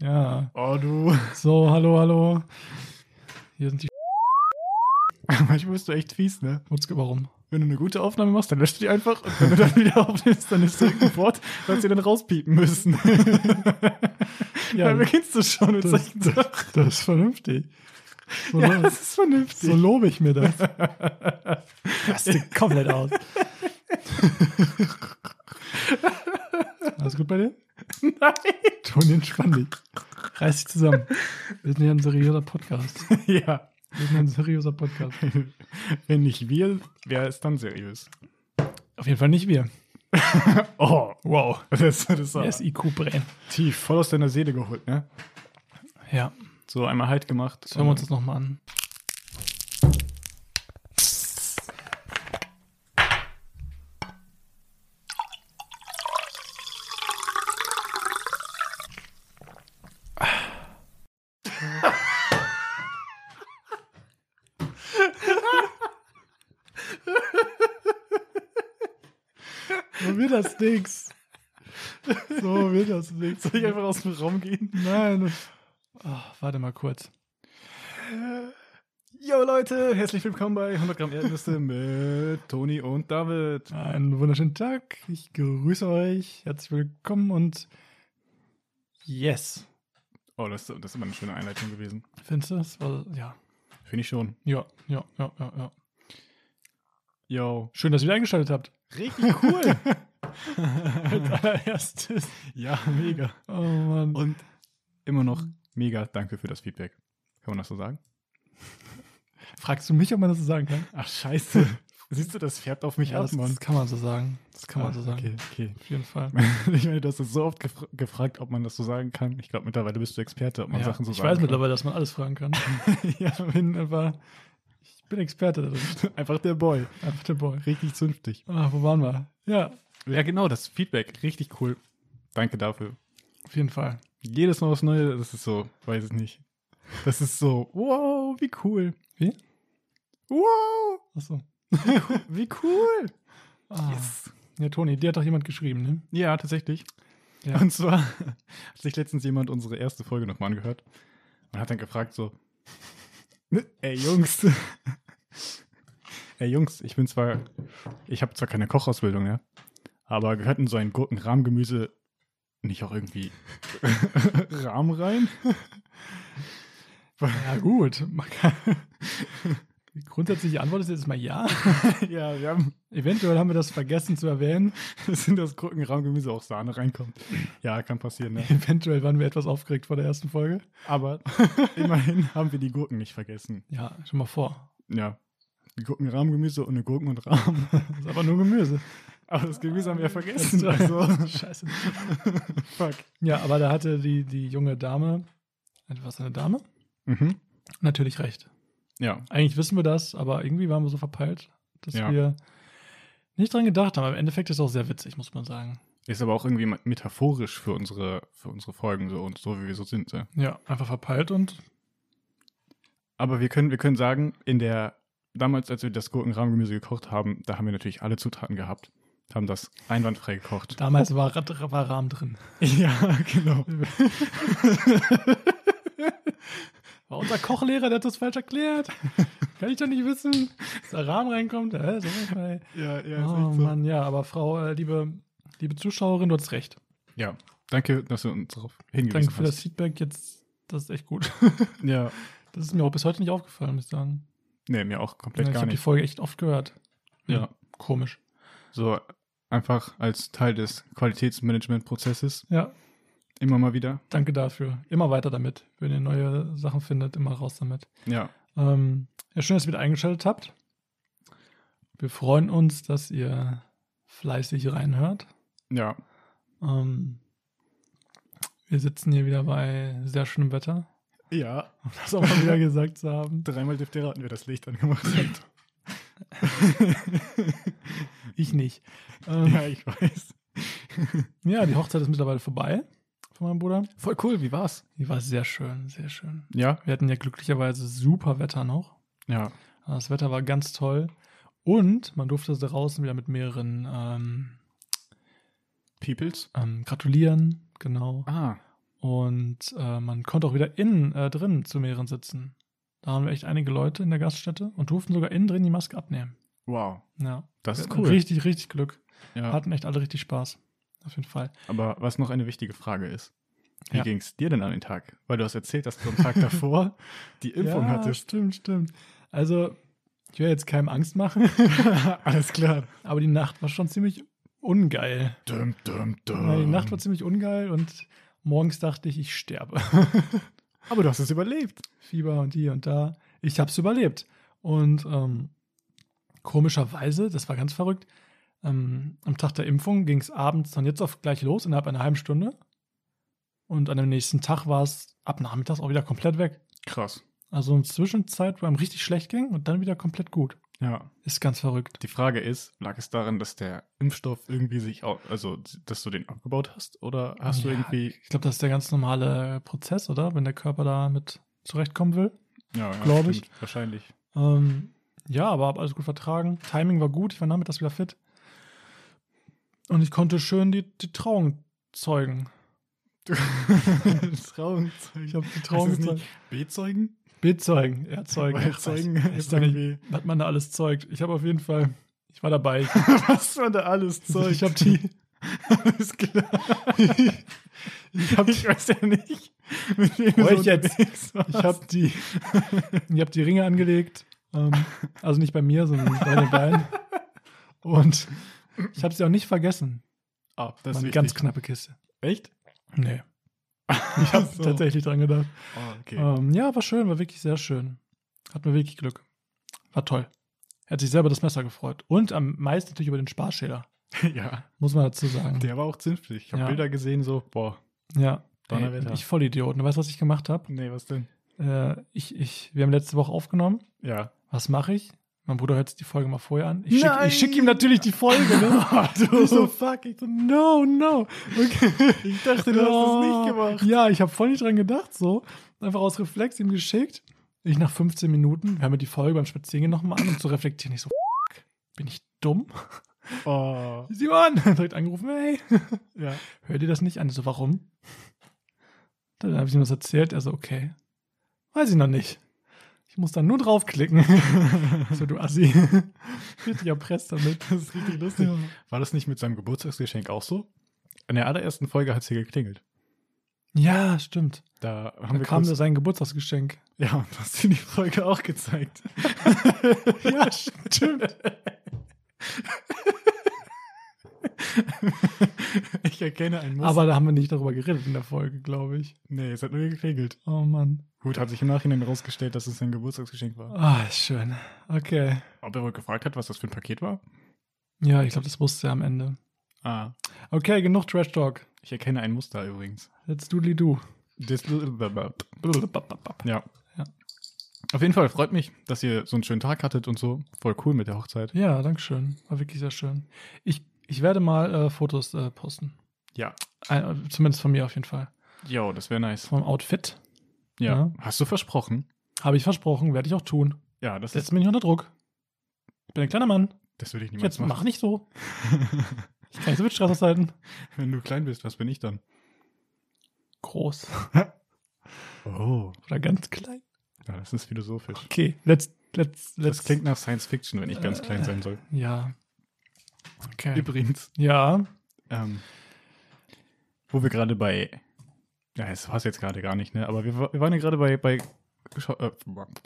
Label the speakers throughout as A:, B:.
A: Ja.
B: Oh, du.
A: So, hallo, hallo. Hier sind die.
B: Manchmal bist du echt fies, ne?
A: Mutzke, warum?
B: Wenn du eine gute Aufnahme machst, dann löscht du die einfach. Und wenn du dann wieder aufnimmst, dann ist irgendein Wort, was wir dann rauspiepen müssen.
A: Ja,
B: Dann beginnst du schon mit
A: das,
B: solchen
A: das,
B: Sachen.
A: das ist vernünftig. So,
B: Ja,
A: lo-
B: das ist vernünftig.
A: so lobe ich mir das. Raste komplett aus. Alles gut bei dir?
B: Nein.
A: Toni, entspann dich. Reiß dich zusammen. Wir sind ja ein seriöser Podcast.
B: Ja.
A: Wir sind ein seriöser Podcast.
B: Wenn nicht wir, wer ist dann seriös?
A: Auf jeden Fall nicht wir.
B: Oh, wow. Das, das war
A: Er ist IQ-Brain.
B: tief, voll aus deiner Seele geholt, ne?
A: Ja,
B: So einmal halt gemacht.
A: jetzt hören wir uns das nochmal an. So wird das nix. So wird das nix.
B: Soll ich einfach aus dem Raum gehen?
A: Nein. Ah, warte mal kurz.
B: Yo Leute, herzlich willkommen bei 100 Gramm Erdnüsse mit Toni und David.
A: Einen wunderschönen Tag. Ich grüße euch. Herzlich willkommen und yes.
B: Oh, das, das ist immer eine schöne Einleitung gewesen.
A: Findest du das? War- Ja.
B: Finde ich schon.
A: Ja, ja, ja, ja, ja.
B: Yo.
A: Schön, dass ihr wieder eingeschaltet habt.
B: Richtig cool.
A: Als allererstes.
B: ja, mega.
A: Oh Mann.
B: Und immer noch mega danke für das Feedback. Kann man das so sagen?
A: Fragst du mich, ob man das so sagen kann?
B: Ach, scheiße. Siehst du, das färbt auf mich
A: Ja,
B: ab,
A: das,
B: Mann.
A: das kann man so sagen. Das kann man so
B: Ah,
A: sagen.
B: Okay, okay.
A: Auf jeden Fall.
B: Ich meine, du hast es so oft gefra gefragt, ob man das so sagen kann. Ich glaube, mittlerweile bist du Experte, ob man
A: Ja,
B: Sachen so
A: ich weiß
B: sagen kann.
A: mittlerweile, dass man alles fragen kann.
B: ja,
A: Ich bin einfach, ich bin Experte da drin.
B: einfach der Boy.
A: Einfach der Boy.
B: Richtig zünftig.
A: Ah, wo waren wir? Ja,
B: Ja, genau, das Feedback. Richtig cool. Danke dafür.
A: auf jeden Fall.
B: Jedes Mal aufs Neue, das ist so, weiß ich nicht. Das ist so, wow, wie cool.
A: Wie?
B: Wow,
A: Achso.
B: wie cool.
A: Ah. Ja, Toni, dir hat doch jemand geschrieben, ne?
B: Ja, tatsächlich.
A: Ja.
B: Und zwar hat sich letztens jemand unsere erste Folge nochmal angehört und hat dann gefragt so, "Ne, ey Jungs, ey Jungs, ich bin zwar, ich habe zwar keine Kochausbildung, ja, aber gehört in so ein Gurkenrahmgemüse nicht auch irgendwie Rahm rein?
A: Ja, gut. Man kann- Die grundsätzliche Antwort ist jetzt mal ja.
B: ja, wir haben,
A: Eventuell haben wir das vergessen zu erwähnen.
B: dass in das Gurkenrahmgemüse auch Sahne reinkommt. Ja, kann passieren, ne?
A: Eventuell waren wir etwas aufgeregt vor der ersten Folge.
B: Aber immerhin haben wir die Gurken nicht vergessen.
A: Ja, schon mal vor.
B: Ja, die Gurkenrahmgemüse und eine Gurken und Rahm.
A: Das ist aber nur Gemüse.
B: Aber das Gemüse haben wir ja
A: Das ist-
B: vergessen. Also,
A: Scheiße.
B: fuck.
A: Ja, aber da hatte die, die junge Dame, war es eine Dame?
B: Mhm.
A: Natürlich recht.
B: Ja.
A: Eigentlich wissen wir das, aber irgendwie waren wir so verpeilt, dass
B: Ja.
A: wir nicht dran gedacht haben. Aber im Endeffekt ist es auch sehr witzig, muss man sagen.
B: Ist aber auch irgendwie ma- metaphorisch für unsere, für unsere Folgen so und so, wie wir so sind. ja.
A: Ja, einfach verpeilt und
B: Aber wir können, wir können sagen, in der, damals, als wir das Gurkenrahmgemüse gekocht haben, da haben wir natürlich alle Zutaten gehabt. Haben das einwandfrei gekocht.
A: damals war, war Rahm drin.
B: Ja, genau.
A: War unser Kochlehrer, der hat das falsch erklärt. Kann ich doch nicht wissen, dass der Rahmen reinkommt. Äh, so was, ey.
B: Ja, ja, ist
A: oh
B: echt so.
A: Mann, ja, aber Frau, äh, liebe, liebe Zuschauerin, du hast recht.
B: Ja, danke, dass du uns darauf hingewiesen
A: Danke für das
B: hast.
A: Feedback. Jetzt, das ist echt gut.
B: Ja,
A: Das ist mir auch bis heute nicht aufgefallen, muss ich sagen.
B: nee, mir auch komplett
A: Ja, ich
B: gar
A: habe die
B: nicht.
A: Folge echt oft gehört.
B: Ja,
A: Komisch.
B: so einfach als Teil des Qualitätsmanagement-Prozesses
A: Ja,
B: immer mal wieder.
A: danke dafür. Immer weiter damit. Wenn ihr neue Sachen findet, immer raus damit.
B: Ja,
A: Ähm, ja, schön, dass ihr wieder eingeschaltet habt. Wir freuen uns, dass ihr fleißig reinhört.
B: ja,
A: Ähm, wir sitzen hier wieder bei sehr schönem Wetter,
B: Ja,
A: um das auch mal wieder gesagt zu haben.
B: dreimal dürft ihr raten, wer das Licht angemacht hat.
A: Ich nicht. Ähm,
B: ja, ich weiß.
A: ja. die Hochzeit ist mittlerweile vorbei von meinem Bruder.
B: Voll cool, wie war's?
A: Die war sehr schön, sehr schön.
B: Ja,
A: Wir hatten ja glücklicherweise super Wetter noch.
B: ja,
A: Das Wetter war ganz toll. Und man durfte draußen wieder mit mehreren ähm,
B: Peoples.
A: ähm, gratulieren, genau.
B: Ah,
A: Und äh, man konnte auch wieder innen äh, drin zu mehreren sitzen. Da haben wir echt einige Leute in der Gaststätte und durften sogar innen drin die Maske abnehmen.
B: Wow.
A: Ja.
B: Das
A: Wir
B: ist
A: hatten
B: cool.
A: Äh, Richtig, richtig Glück.
B: Ja.
A: Hatten echt alle richtig Spaß. Auf jeden Fall.
B: Aber was noch eine wichtige Frage ist, wie
A: Ja.
B: ging es dir denn an den Tag? Weil du hast erzählt, dass du am Tag davor die Impfung
A: ja,
B: hattest.
A: Stimmt, stimmt. Also, ich will jetzt keinem Angst machen,
B: Alles klar.
A: aber die Nacht war schon ziemlich ungeil.
B: Dum, dum, dum.
A: Ja, die Nacht war ziemlich ungeil und morgens dachte ich, ich sterbe.
B: Aber du hast es überlebt.
A: Fieber und hier und da. Ich hab's überlebt. Und ähm, komischerweise, das war ganz verrückt, ähm, am Tag der Impfung ging's abends dann jetzt auf gleich los, innerhalb einer halben Stunde. Und an dem nächsten Tag war es ab nachmittags auch wieder komplett weg.
B: Krass.
A: Also eine Zwischenzeit, wo einem richtig schlecht ging und dann wieder komplett gut.
B: Ja.
A: Ist ganz verrückt.
B: Die Frage ist, lag es daran, dass der Impfstoff irgendwie sich, au- also dass du den abgebaut hast oder hast du
A: Ja,
B: irgendwie,
A: Ich glaube, das ist der ganz normale Prozess, oder? Wenn der Körper damit zurechtkommen will.
B: ja, ja
A: glaub ich.
B: stimmt, wahrscheinlich.
A: Ähm, ja, aber habe alles gut vertragen. Timing war gut, ich war nachmittags wieder fit. Und ich konnte schön die, die Trauung zeugen.
B: Trauung.
A: Ich habe die
B: Trauung
A: Trauung gezeugt.
B: B-Zeugen?
A: Bezeugen, ja, Zeugen.
B: Weil
A: Ach,
B: Zeugen
A: weiß, weiß
B: ist
A: doch nicht,
B: irgendwie,
A: was man da alles zeugt. Ich habe auf jeden Fall, ich war dabei. Ich,
B: was man da alles zeugt.
A: ich habe die,
B: Alles klar. ich, hab, ich weiß ja nicht, mit wem
A: Euch jetzt.
B: unterwegs warst.
A: ich habe die, ich habe die Ringe angelegt. Ähm, also nicht bei mir, sondern bei den beiden. Und ich habe sie auch nicht vergessen.
B: Ah, das
A: Das war
B: ist
A: eine
B: wichtig.
A: ganz knappe Kiste.
B: Echt?
A: Nee, ich habe
B: So.
A: tatsächlich dran gedacht.
B: Ah, okay.
A: Ähm, ja, war schön, war wirklich sehr schön. Hat mir wirklich Glück. War toll. Er hat sich selber das Messer gefreut. Und am meisten natürlich über den Sparschäler,
B: Ja,
A: muss man dazu sagen.
B: der war auch zünftig. Ich habe
A: Ja.
B: Bilder gesehen, so, boah.
A: ja.
B: Donnerwetter.
A: Ey, ich voll Idiot. Weißt du, was ich gemacht habe?
B: Nee, was denn?
A: Äh, ich, ich, wir haben letzte Woche aufgenommen.
B: Ja.
A: Was mache ich? Mein Bruder hört sich die Folge mal vorher an. Ich schicke
B: Nein!
A: ich schick ihm natürlich die Folge. Ne?
B: du.
A: Ich so, fuck. Ich so, no, no.
B: Ich dachte,
A: Oh, Ja, ich habe voll nicht dran gedacht, so. Einfach aus Reflex ihm geschickt. Ich nach 15 Minuten, wir haben mir die Folge beim Spazierengehen nochmal an, um zu reflektieren. Ich so, fuck, bin ich dumm?
B: Oh.
A: Simon, direkt angerufen, hey,
B: Ja.
A: hör dir das nicht an. Ich so, warum? Dann habe ich ihm das erzählt, er so, okay. Weiß ich noch nicht. Ich muss dann nur draufklicken. Ich so, du Assi. Richtig erpresst damit.
B: Das ist richtig lustig. War das nicht mit seinem Geburtstagsgeschenk auch so? In der allerersten Folge hat es hier geklingelt.
A: Ja, stimmt.
B: Da haben
A: Dann
B: wir
A: kam
B: kurz-
A: da sein Geburtstagsgeschenk.
B: Ja, und du hast dir die Folge auch gezeigt.
A: Ja, stimmt.
B: Ich erkenne ein Muster.
A: Aber da haben wir nicht darüber geredet in der Folge, glaube ich.
B: nee, es hat nur geklingelt.
A: Oh Mann.
B: Gut, hat sich im Nachhinein herausgestellt, dass es sein Geburtstagsgeschenk war.
A: Ah, ist schön. Okay.
B: Ob er wohl gefragt hat, was das für ein Paket war?
A: Ja, ich glaube, das wusste er am Ende.
B: Ah,
A: Okay, genug Trash Talk.
B: ich erkenne ein Muster übrigens.
A: Let's doodly do.
B: Das- Ja. ja. Auf jeden Fall freut mich, dass ihr so einen schönen Tag hattet und so. Voll cool mit der Hochzeit.
A: Ja, danke schön. War wirklich sehr schön. Ich, ich werde mal äh, Fotos äh, posten.
B: Ja.
A: Ein, äh, zumindest von mir auf jeden Fall.
B: Jo, das wäre nice.
A: Vom Outfit.
B: Ja.
A: Ja.
B: Hast du versprochen?
A: Habe ich versprochen, werde ich auch tun.
B: Ja, das
A: Setz mich nicht unter Druck. Ich bin ein kleiner Mann.
B: das würde ich niemals
A: Jetzt
B: machen.
A: mach nicht so. Ich kann nicht so viel Stress aushalten.
B: Wenn du klein bist, was bin ich dann?
A: Groß.
B: Oh,
A: Oder ganz klein.
B: ja, das ist philosophisch.
A: Okay, let's, let's, let's.
B: Das klingt nach Science Fiction, wenn ich ganz
A: Äh,
B: klein sein soll.
A: Ja. Okay.
B: Übrigens,
A: Ja.
B: ähm, wo wir gerade bei, ja, es war es jetzt gerade gar nicht, ne? Aber wir, wa- wir waren ja gerade bei, bei, Scho- äh,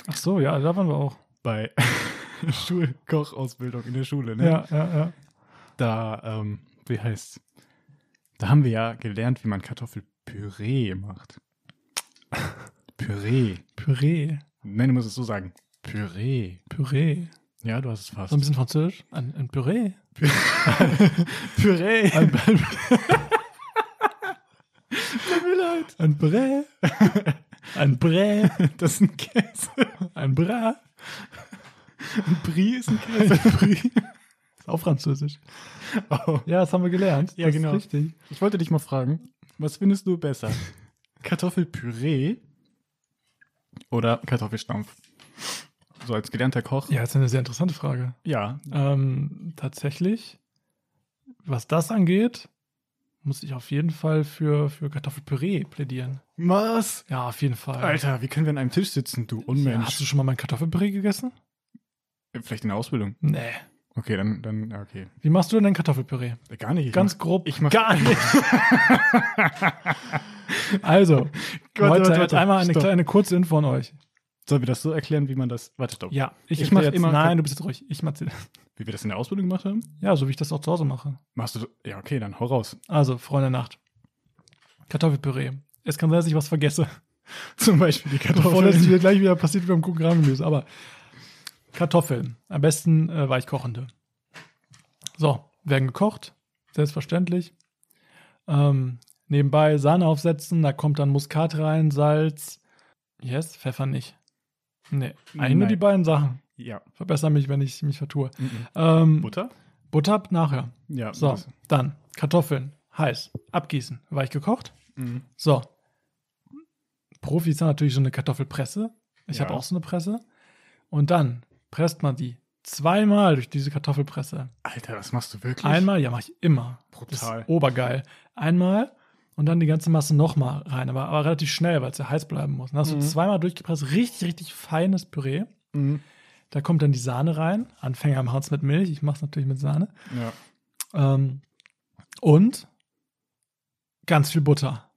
A: Ach so, ja, da waren wir auch.
B: bei Schulkochausbildung in der Schule, ne?
A: Ja, ja, ja.
B: Da, ähm, wie heißt Da haben wir ja gelernt, wie man Kartoffelpüree macht. Püree.
A: Püree.
B: Nein, du musst es so sagen. Püree.
A: Püree.
B: Ja, du hast es fast.
A: So ein bisschen französisch. Ein, ein Püree.
B: Püree.
A: Ein, ein, ein Brä. Ein Brä.
B: Das ist ein Käse.
A: Ein Bra.
B: Ein Brie ist ein Käse.
A: Ist auch französisch.
B: Oh.
A: Ja, das haben wir gelernt.
B: Ja,
A: das
B: genau.
A: Ist richtig.
B: Ich wollte dich mal fragen, was findest du besser? Kartoffelpüree oder Kartoffelstampf? So als gelernter Koch.
A: Ja, das ist eine sehr interessante Frage.
B: Ja,
A: Ähm, tatsächlich, was das angeht, muss ich auf jeden Fall für, für Kartoffelpüree plädieren.
B: Was?
A: Ja, auf jeden Fall.
B: Alter, wie können wir an einem Tisch sitzen, du
A: ja, hast
B: Unmensch?
A: du schon mal mein Kartoffelpüree gegessen?
B: Vielleicht in der Ausbildung.
A: Nee.
B: Okay, dann, dann, ja, okay. Äh,
A: Wie machst du denn dein Kartoffelpüree?
B: Gar nicht.
A: Ganz grob.
B: ich mach-
A: gar nicht. also,
B: Warte,
A: heute
B: warte,
A: jetzt
B: warte.
A: einmal eine
B: Stopp.
A: kleine kurze Info an euch.
B: Sollen wir das so erklären, wie man das. Warte, stopp.
A: Ja, ich,
B: Ich
A: erkläre
B: mach
A: jetzt,
B: immer-
A: Nein, du bist jetzt ruhig. Ich mach jetzt-
B: Wie wir das in der Ausbildung gemacht haben?
A: Ja, so wie ich das auch zu Hause mache.
B: Machst du. Ja, okay, dann hau raus.
A: Also, Freunde der Nacht. Kartoffelpüree. Es kann sein, dass ich was vergesse.
B: Zum Beispiel die
A: Bevor das
B: Kartoffeln.
A: wieder gleich wieder passiert wie beim Gucken Rahmengemüse. Aber Kartoffeln. Am besten äh, weichkochende. So, werden gekocht. Selbstverständlich. Ähm, nebenbei Sahne aufsetzen. Da kommt dann Muskat rein, Salz. Yes, Pfeffer nicht. Nee, eigentlich nur
B: Nein.
A: die beiden Sachen.
B: Ja.
A: Verbessere mich, wenn ich mich vertue.
B: Mhm.
A: Ähm,
B: Butter?
A: Butter ab nachher.
B: Ja.
A: So,
B: das-
A: dann Kartoffeln. Heiß. Abgießen. Weich gekocht.
B: Mhm.
A: So. Profis haben natürlich so eine Kartoffelpresse. Ich
B: Ja.
A: habe auch so eine Presse. Und dann presst man die zweimal durch diese Kartoffelpresse.
B: Alter, das machst du wirklich.
A: Einmal, ja, mache ich immer.
B: Brutal.
A: Das ist obergeil. Einmal und dann die ganze Masse nochmal rein, aber, aber relativ schnell, weil es ja heiß bleiben muss. Dann hast
B: Mhm.
A: du zweimal durchgepresst, richtig, richtig feines Püree.
B: Mhm.
A: Da kommt dann die Sahne rein. Anfänger machen es mit Milch, ich mache es natürlich mit Sahne.
B: Ja.
A: Ähm, und ganz viel Butter.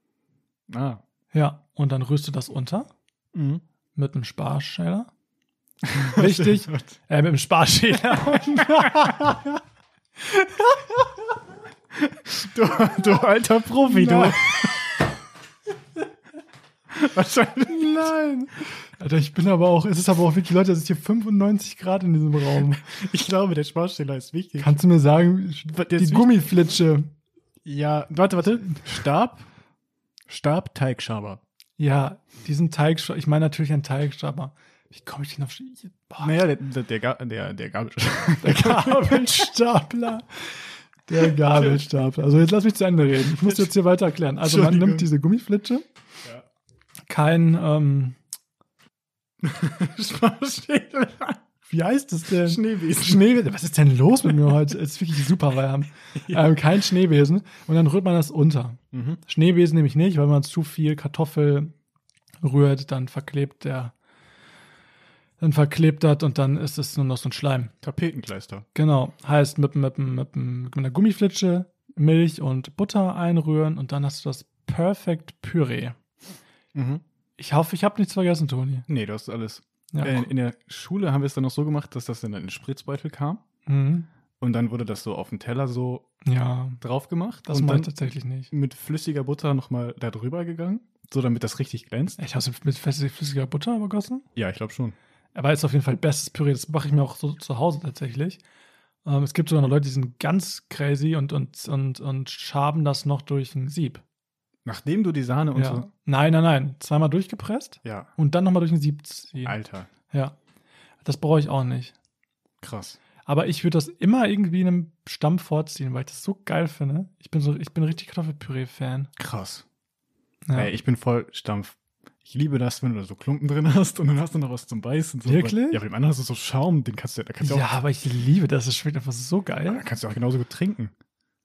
B: Ah.
A: Ja, und dann rührst du das unter.
B: Mhm.
A: Mit einem Sparschäler. Richtig. äh, mit einem Sparschäler.
B: Du, du alter Profi,
A: Nein.
B: du. Wahrscheinlich.
A: Nein. Alter, ich bin aber auch, es ist aber auch wirklich, Leute, es ist hier 95 Grad in diesem Raum.
B: Ich glaube, der Sparsteller ist wichtig.
A: Kannst du mir sagen,
B: Der
A: die
B: ist wichtig.
A: Gummiflitsche.
B: Ja, warte, warte. Stab. Stab, Teigschaber.
A: Ja, diesen Teigstab, ich meine natürlich einen Teigstab, aber wie komme ich denn auf Sch- Boah,
B: Naja, der, der, der, Ga- der, der Gabel.
A: der Gabelstapler. Der Gabelstapler. Also jetzt lass mich zu Ende reden. Ich muss jetzt hier weiter erklären. Also man
B: Entschuldigung.
A: nimmt diese Gummiflitsche.
B: Ja.
A: Kein, ähm,
B: Sparsteller.
A: wie heißt es denn?
B: Schneebesen.
A: Schneebesen. Was ist denn los mit mir heute? Es ist wirklich super warm. Ähm, kein Schneebesen. Und dann rührt man das unter.
B: Mhm.
A: Schneebesen nehme ich nicht, weil man zu viel Kartoffel rührt, dann verklebt der, dann verklebt das und dann ist es nur noch so ein Schleim.
B: Tapetenkleister.
A: Genau. Heißt mit, mit, mit, mit einer Gummiflitsche Milch und Butter einrühren und dann hast du das Perfect Püree.
B: Mhm.
A: Ich hoffe, ich habe nichts vergessen, Toni.
B: Nee, du hast alles.
A: Ja.
B: Äh, in der Schule haben wir es dann noch so gemacht, dass das dann in einen Spritzbeutel kam.
A: Mhm.
B: Und dann wurde das so auf den Teller so
A: ja
B: drauf gemacht.
A: das
B: und
A: mache
B: dann
A: ich tatsächlich nicht.
B: mit flüssiger Butter nochmal da drüber gegangen. So, damit das richtig glänzt.
A: Ich habe es mit fest- flüssiger Butter übergossen.
B: Ja, ich glaube schon.
A: Aber ist auf jeden Fall bestes Püree. Das mache ich mir auch so zu Hause tatsächlich. Ähm, es gibt sogar noch Leute, die sind ganz crazy und, und, und, und schaben das noch durch ein Sieb.
B: Nachdem du die Sahne und
A: ja.
B: so.
A: Nein, nein, nein. Zweimal durchgepresst
B: Ja.
A: und dann nochmal durch ein Sieb ziehen.
B: Alter,
A: Ja. Das brauche ich auch nicht.
B: krass.
A: Aber ich würde das immer irgendwie einem Stamm vorziehen, weil ich das so geil finde. Ich bin so, ich bin richtig Kartoffelpüree-Fan.
B: Krass.
A: Ja.
B: Ey, ich bin voll Stampf. Ich liebe das, wenn du da so Klumpen drin hast und dann hast du noch was zum Beißen. So.
A: Wirklich?
B: Ja, bei dem anderen hast du so Schaum, den kannst du, da kannst du
A: ja,
B: auch,
A: aber ich liebe das. Das schmeckt einfach so
B: da
A: geil.
B: kannst du auch genauso gut trinken.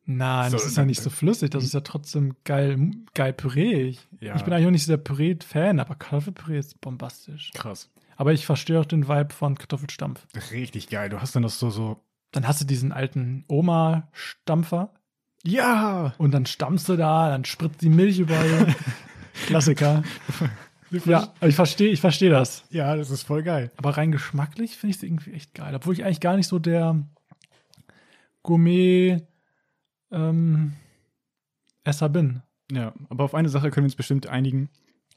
A: Nein,
B: So, hm.
A: das ist ja nicht so flüssig. Das ist ja trotzdem geil, geil püreig.
B: Ja.
A: Ich bin eigentlich auch nicht so der Püree-Fan, aber Kartoffelpüree ist bombastisch.
B: Krass.
A: Aber ich verstehe auch den Vibe von Kartoffelstampf.
B: Richtig geil. Du hast dann das so, so.
A: Dann hast du diesen alten Oma-Stampfer
B: Ja!
A: und dann stampfst du da, dann spritzt die Milch überall. Klassiker. Ja, aber ich verstehe, ich verstehe das.
B: Ja, das ist voll geil.
A: Aber rein geschmacklich finde ich es irgendwie echt geil. Obwohl ich eigentlich gar nicht so der Gourmet ähm, Esser bin.
B: Ja, aber auf eine Sache können wir uns bestimmt einigen.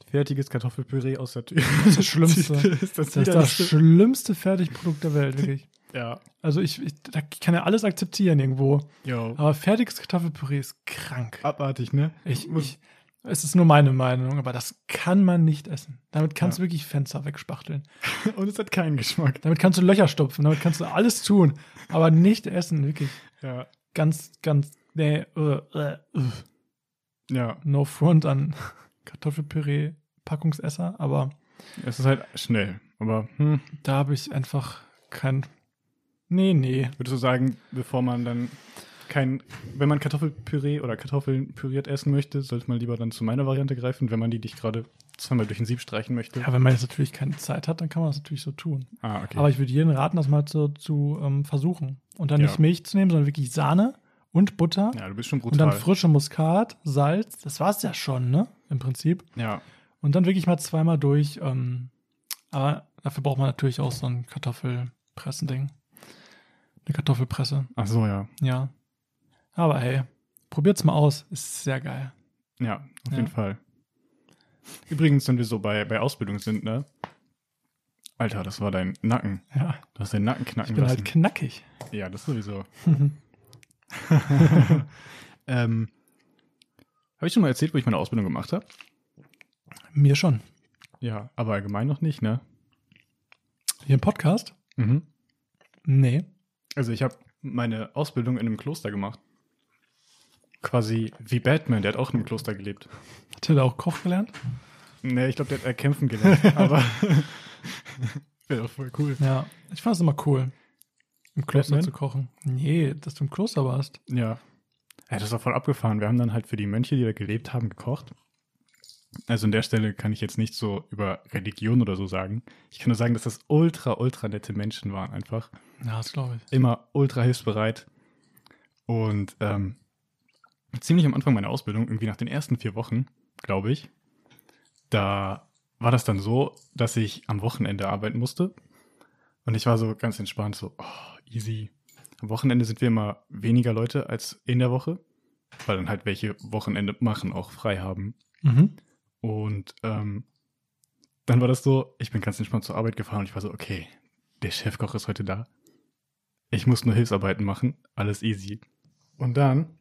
B: Fertiges Kartoffelpüree aus der Tür.
A: Das ist das Schlimmste.
B: ist das,
A: Das ist das schlimmste Fertigprodukt der Welt, wirklich.
B: Ja.
A: Also ich, ich da kann ja alles akzeptieren irgendwo.
B: Yo.
A: Aber fertiges Kartoffelpüree ist krank.
B: Abartig, ne?
A: Ich,
B: muss-
A: ich, es ist nur meine Meinung, aber das kann man nicht essen. Damit kannst
B: Ja.
A: du wirklich Fenster wegspachteln.
B: Und es hat keinen Geschmack.
A: Damit kannst du Löcher stopfen. Damit kannst du alles tun. Aber nicht essen, wirklich.
B: Ja.
A: Ganz, ganz, nee, uh, uh, uh.
B: Ja.
A: no front an Kartoffelpüree, Packungsesser. Aber
B: Es ist halt schnell. Aber hm,
A: da habe ich einfach kein, nee, nee.
B: würdest du sagen, bevor man dann kein, wenn man Kartoffelpüree oder Kartoffeln püriert essen möchte, sollte man lieber dann zu meiner Variante greifen, wenn man die dich gerade zweimal durch den Sieb streichen möchte.
A: Ja, wenn man jetzt natürlich keine Zeit hat, dann kann man das natürlich so tun.
B: Ah, okay.
A: Aber ich würde jedem raten, das mal zu, zu ähm, versuchen. Und dann
B: Ja.
A: nicht Milch zu nehmen, sondern wirklich Sahne und Butter.
B: ja, du bist schon
A: und
B: brutal.
A: dann frische Muskat, Salz. Das war's ja schon, ne? Im Prinzip.
B: ja,
A: Und dann wirklich mal zweimal durch. Ähm, aber dafür braucht man natürlich auch so ein Kartoffelpressending. Eine Kartoffelpresse,
B: ach so, ja.
A: ja. Aber hey, probiert's mal aus. Ist sehr geil.
B: Ja, auf
A: Ja.
B: jeden Fall. Übrigens, wenn wir so bei, bei Ausbildung sind, ne? Alter, das war dein Nacken.
A: Ja,
B: Du hast deinen Nacken
A: ich
B: knacken
A: bin halt
B: lassen.
A: knackig.
B: ja, das sowieso. ähm, habe ich schon mal erzählt, wo ich meine Ausbildung gemacht habe?
A: Mir schon.
B: Ja, aber allgemein noch nicht, ne?
A: Hier im Podcast?
B: Mhm.
A: Nee.
B: Also ich habe meine Ausbildung in einem Kloster gemacht. Quasi wie Batman, der hat auch in einem Kloster gelebt.
A: Hat er da auch Koch gelernt?
B: Nee, ich glaube, der hat eher kämpfen gelernt. aber wäre doch voll cool.
A: Ja, ich fand es immer cool, im Kloster
B: Batman?
A: zu kochen. Nee, dass du im Kloster warst.
B: Ja. ja. Das war voll abgefahren. Wir haben dann halt für die Mönche, die da gelebt haben, gekocht. Also an der Stelle kann ich jetzt nicht so über Religion oder so sagen. Ich kann nur sagen, dass das ultra, ultra nette Menschen waren einfach.
A: Ja, das glaube ich.
B: Immer ultra hilfsbereit. Und ähm, ziemlich am Anfang meiner Ausbildung, irgendwie nach den ersten vier Wochen, glaube ich, da war das dann so, dass ich am Wochenende arbeiten musste. Und ich war so ganz entspannt, so oh, easy. Am Wochenende sind wir immer weniger Leute als in der Woche, weil dann halt welche Wochenende machen, auch frei haben.
A: Mhm.
B: Und ähm, dann war das so, ich bin ganz entspannt zur Arbeit gefahren und ich war so, okay, der Chefkoch ist heute da. Ich muss nur Hilfsarbeiten machen, alles easy. Und dann,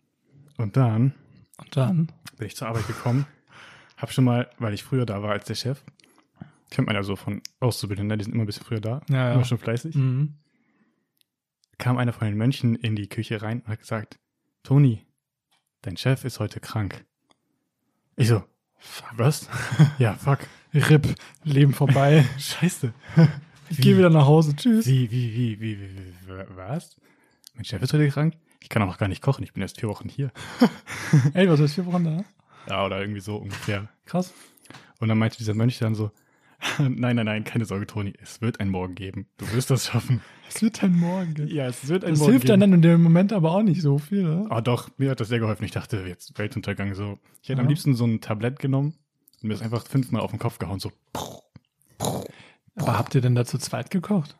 B: und dann
A: Und dann?
B: bin ich zur Arbeit gekommen, hab schon mal, weil ich früher da war als der Chef, kennt man ja so von Auszubildenden, ne? die sind immer ein bisschen früher da,
A: Ja, ja.
B: immer schon fleißig,
A: Mhm.
B: kam einer von den Mönchen in die Küche rein und hat gesagt, Toni, dein Chef ist heute krank. Ich so, was? ja, fuck.
A: RIP, Leben vorbei.
B: Scheiße.
A: Ich gehe wieder nach Hause. Tschüss.
B: Wie, wie, wie, wie, wie, wie, wa- was? Mein Chef ist heute krank? Ich kann auch noch gar nicht kochen, ich bin erst vier Wochen hier.
A: Ey, was ist vier Wochen da?
B: Ja, oder irgendwie so ungefähr.
A: Krass.
B: Und dann meinte dieser Mönch dann so, nein, nein, nein, keine Sorge, Toni, es wird ein Morgen geben. Du wirst das schaffen.
A: Es wird ein Morgen. geben.
B: Ja, es wird ein
A: Das
B: Morgen
A: hilft
B: geben.
A: dann dann in dem Moment aber auch nicht so viel, ne?
B: Ah, doch, mir hat das sehr geholfen. Ich dachte, jetzt Weltuntergang so. Ich hätte am
A: Ja.
B: liebsten so ein Tablett genommen und mir das einfach fünfmal auf den Kopf gehauen, so.
A: Aber habt ihr denn da zu zweit gekocht?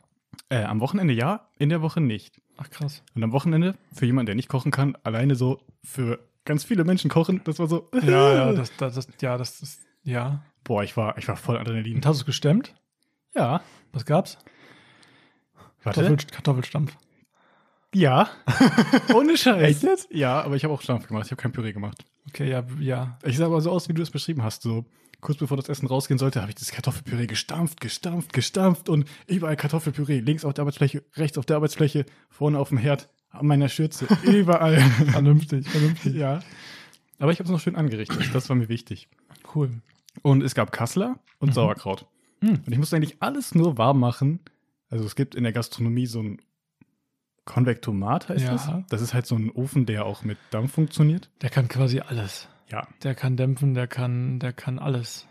B: Äh, am Wochenende ja, in der Woche nicht.
A: Ach krass.
B: Und am Wochenende, für jemanden, der nicht kochen kann, alleine so für ganz viele Menschen kochen, das war so.
A: Ja, ja, das, das, das, ja, das ist, ja.
B: Boah, ich war, ich war voll Adrenalin.
A: Und hast du es gestemmt?
B: Ja.
A: Was gab's?
B: Warte.
A: Kartoffel- Kartoffelstampf.
B: Ja. Ohne Scheiß.
A: Echt jetzt?
B: Ja, aber ich habe auch Stampf gemacht. Ich habe kein Püree gemacht.
A: Okay, ja, ja.
B: Ich sah aber so aus, wie du es beschrieben hast. So kurz bevor das Essen rausgehen sollte, habe ich das Kartoffelpüree gestampft, gestampft, gestampft und überall Kartoffelpüree. Links auf der Arbeitsfläche, rechts auf der Arbeitsfläche, vorne auf dem Herd, an meiner Schürze, überall.
A: Vernünftig, vernünftig.
B: ja. Aber ich habe es noch schön angerichtet. Das war mir wichtig.
A: Cool.
B: Und es gab Kassler und
A: Mhm.
B: Sauerkraut.
A: Hm.
B: Und ich musste eigentlich alles nur warm machen. Also es gibt in der Gastronomie so ein Konvektomat, heißt
A: Ja.
B: das? Das ist halt so ein Ofen, der auch mit Dampf funktioniert.
A: Der kann quasi alles.
B: Ja.
A: Der kann dämpfen, der kann, der kann alles.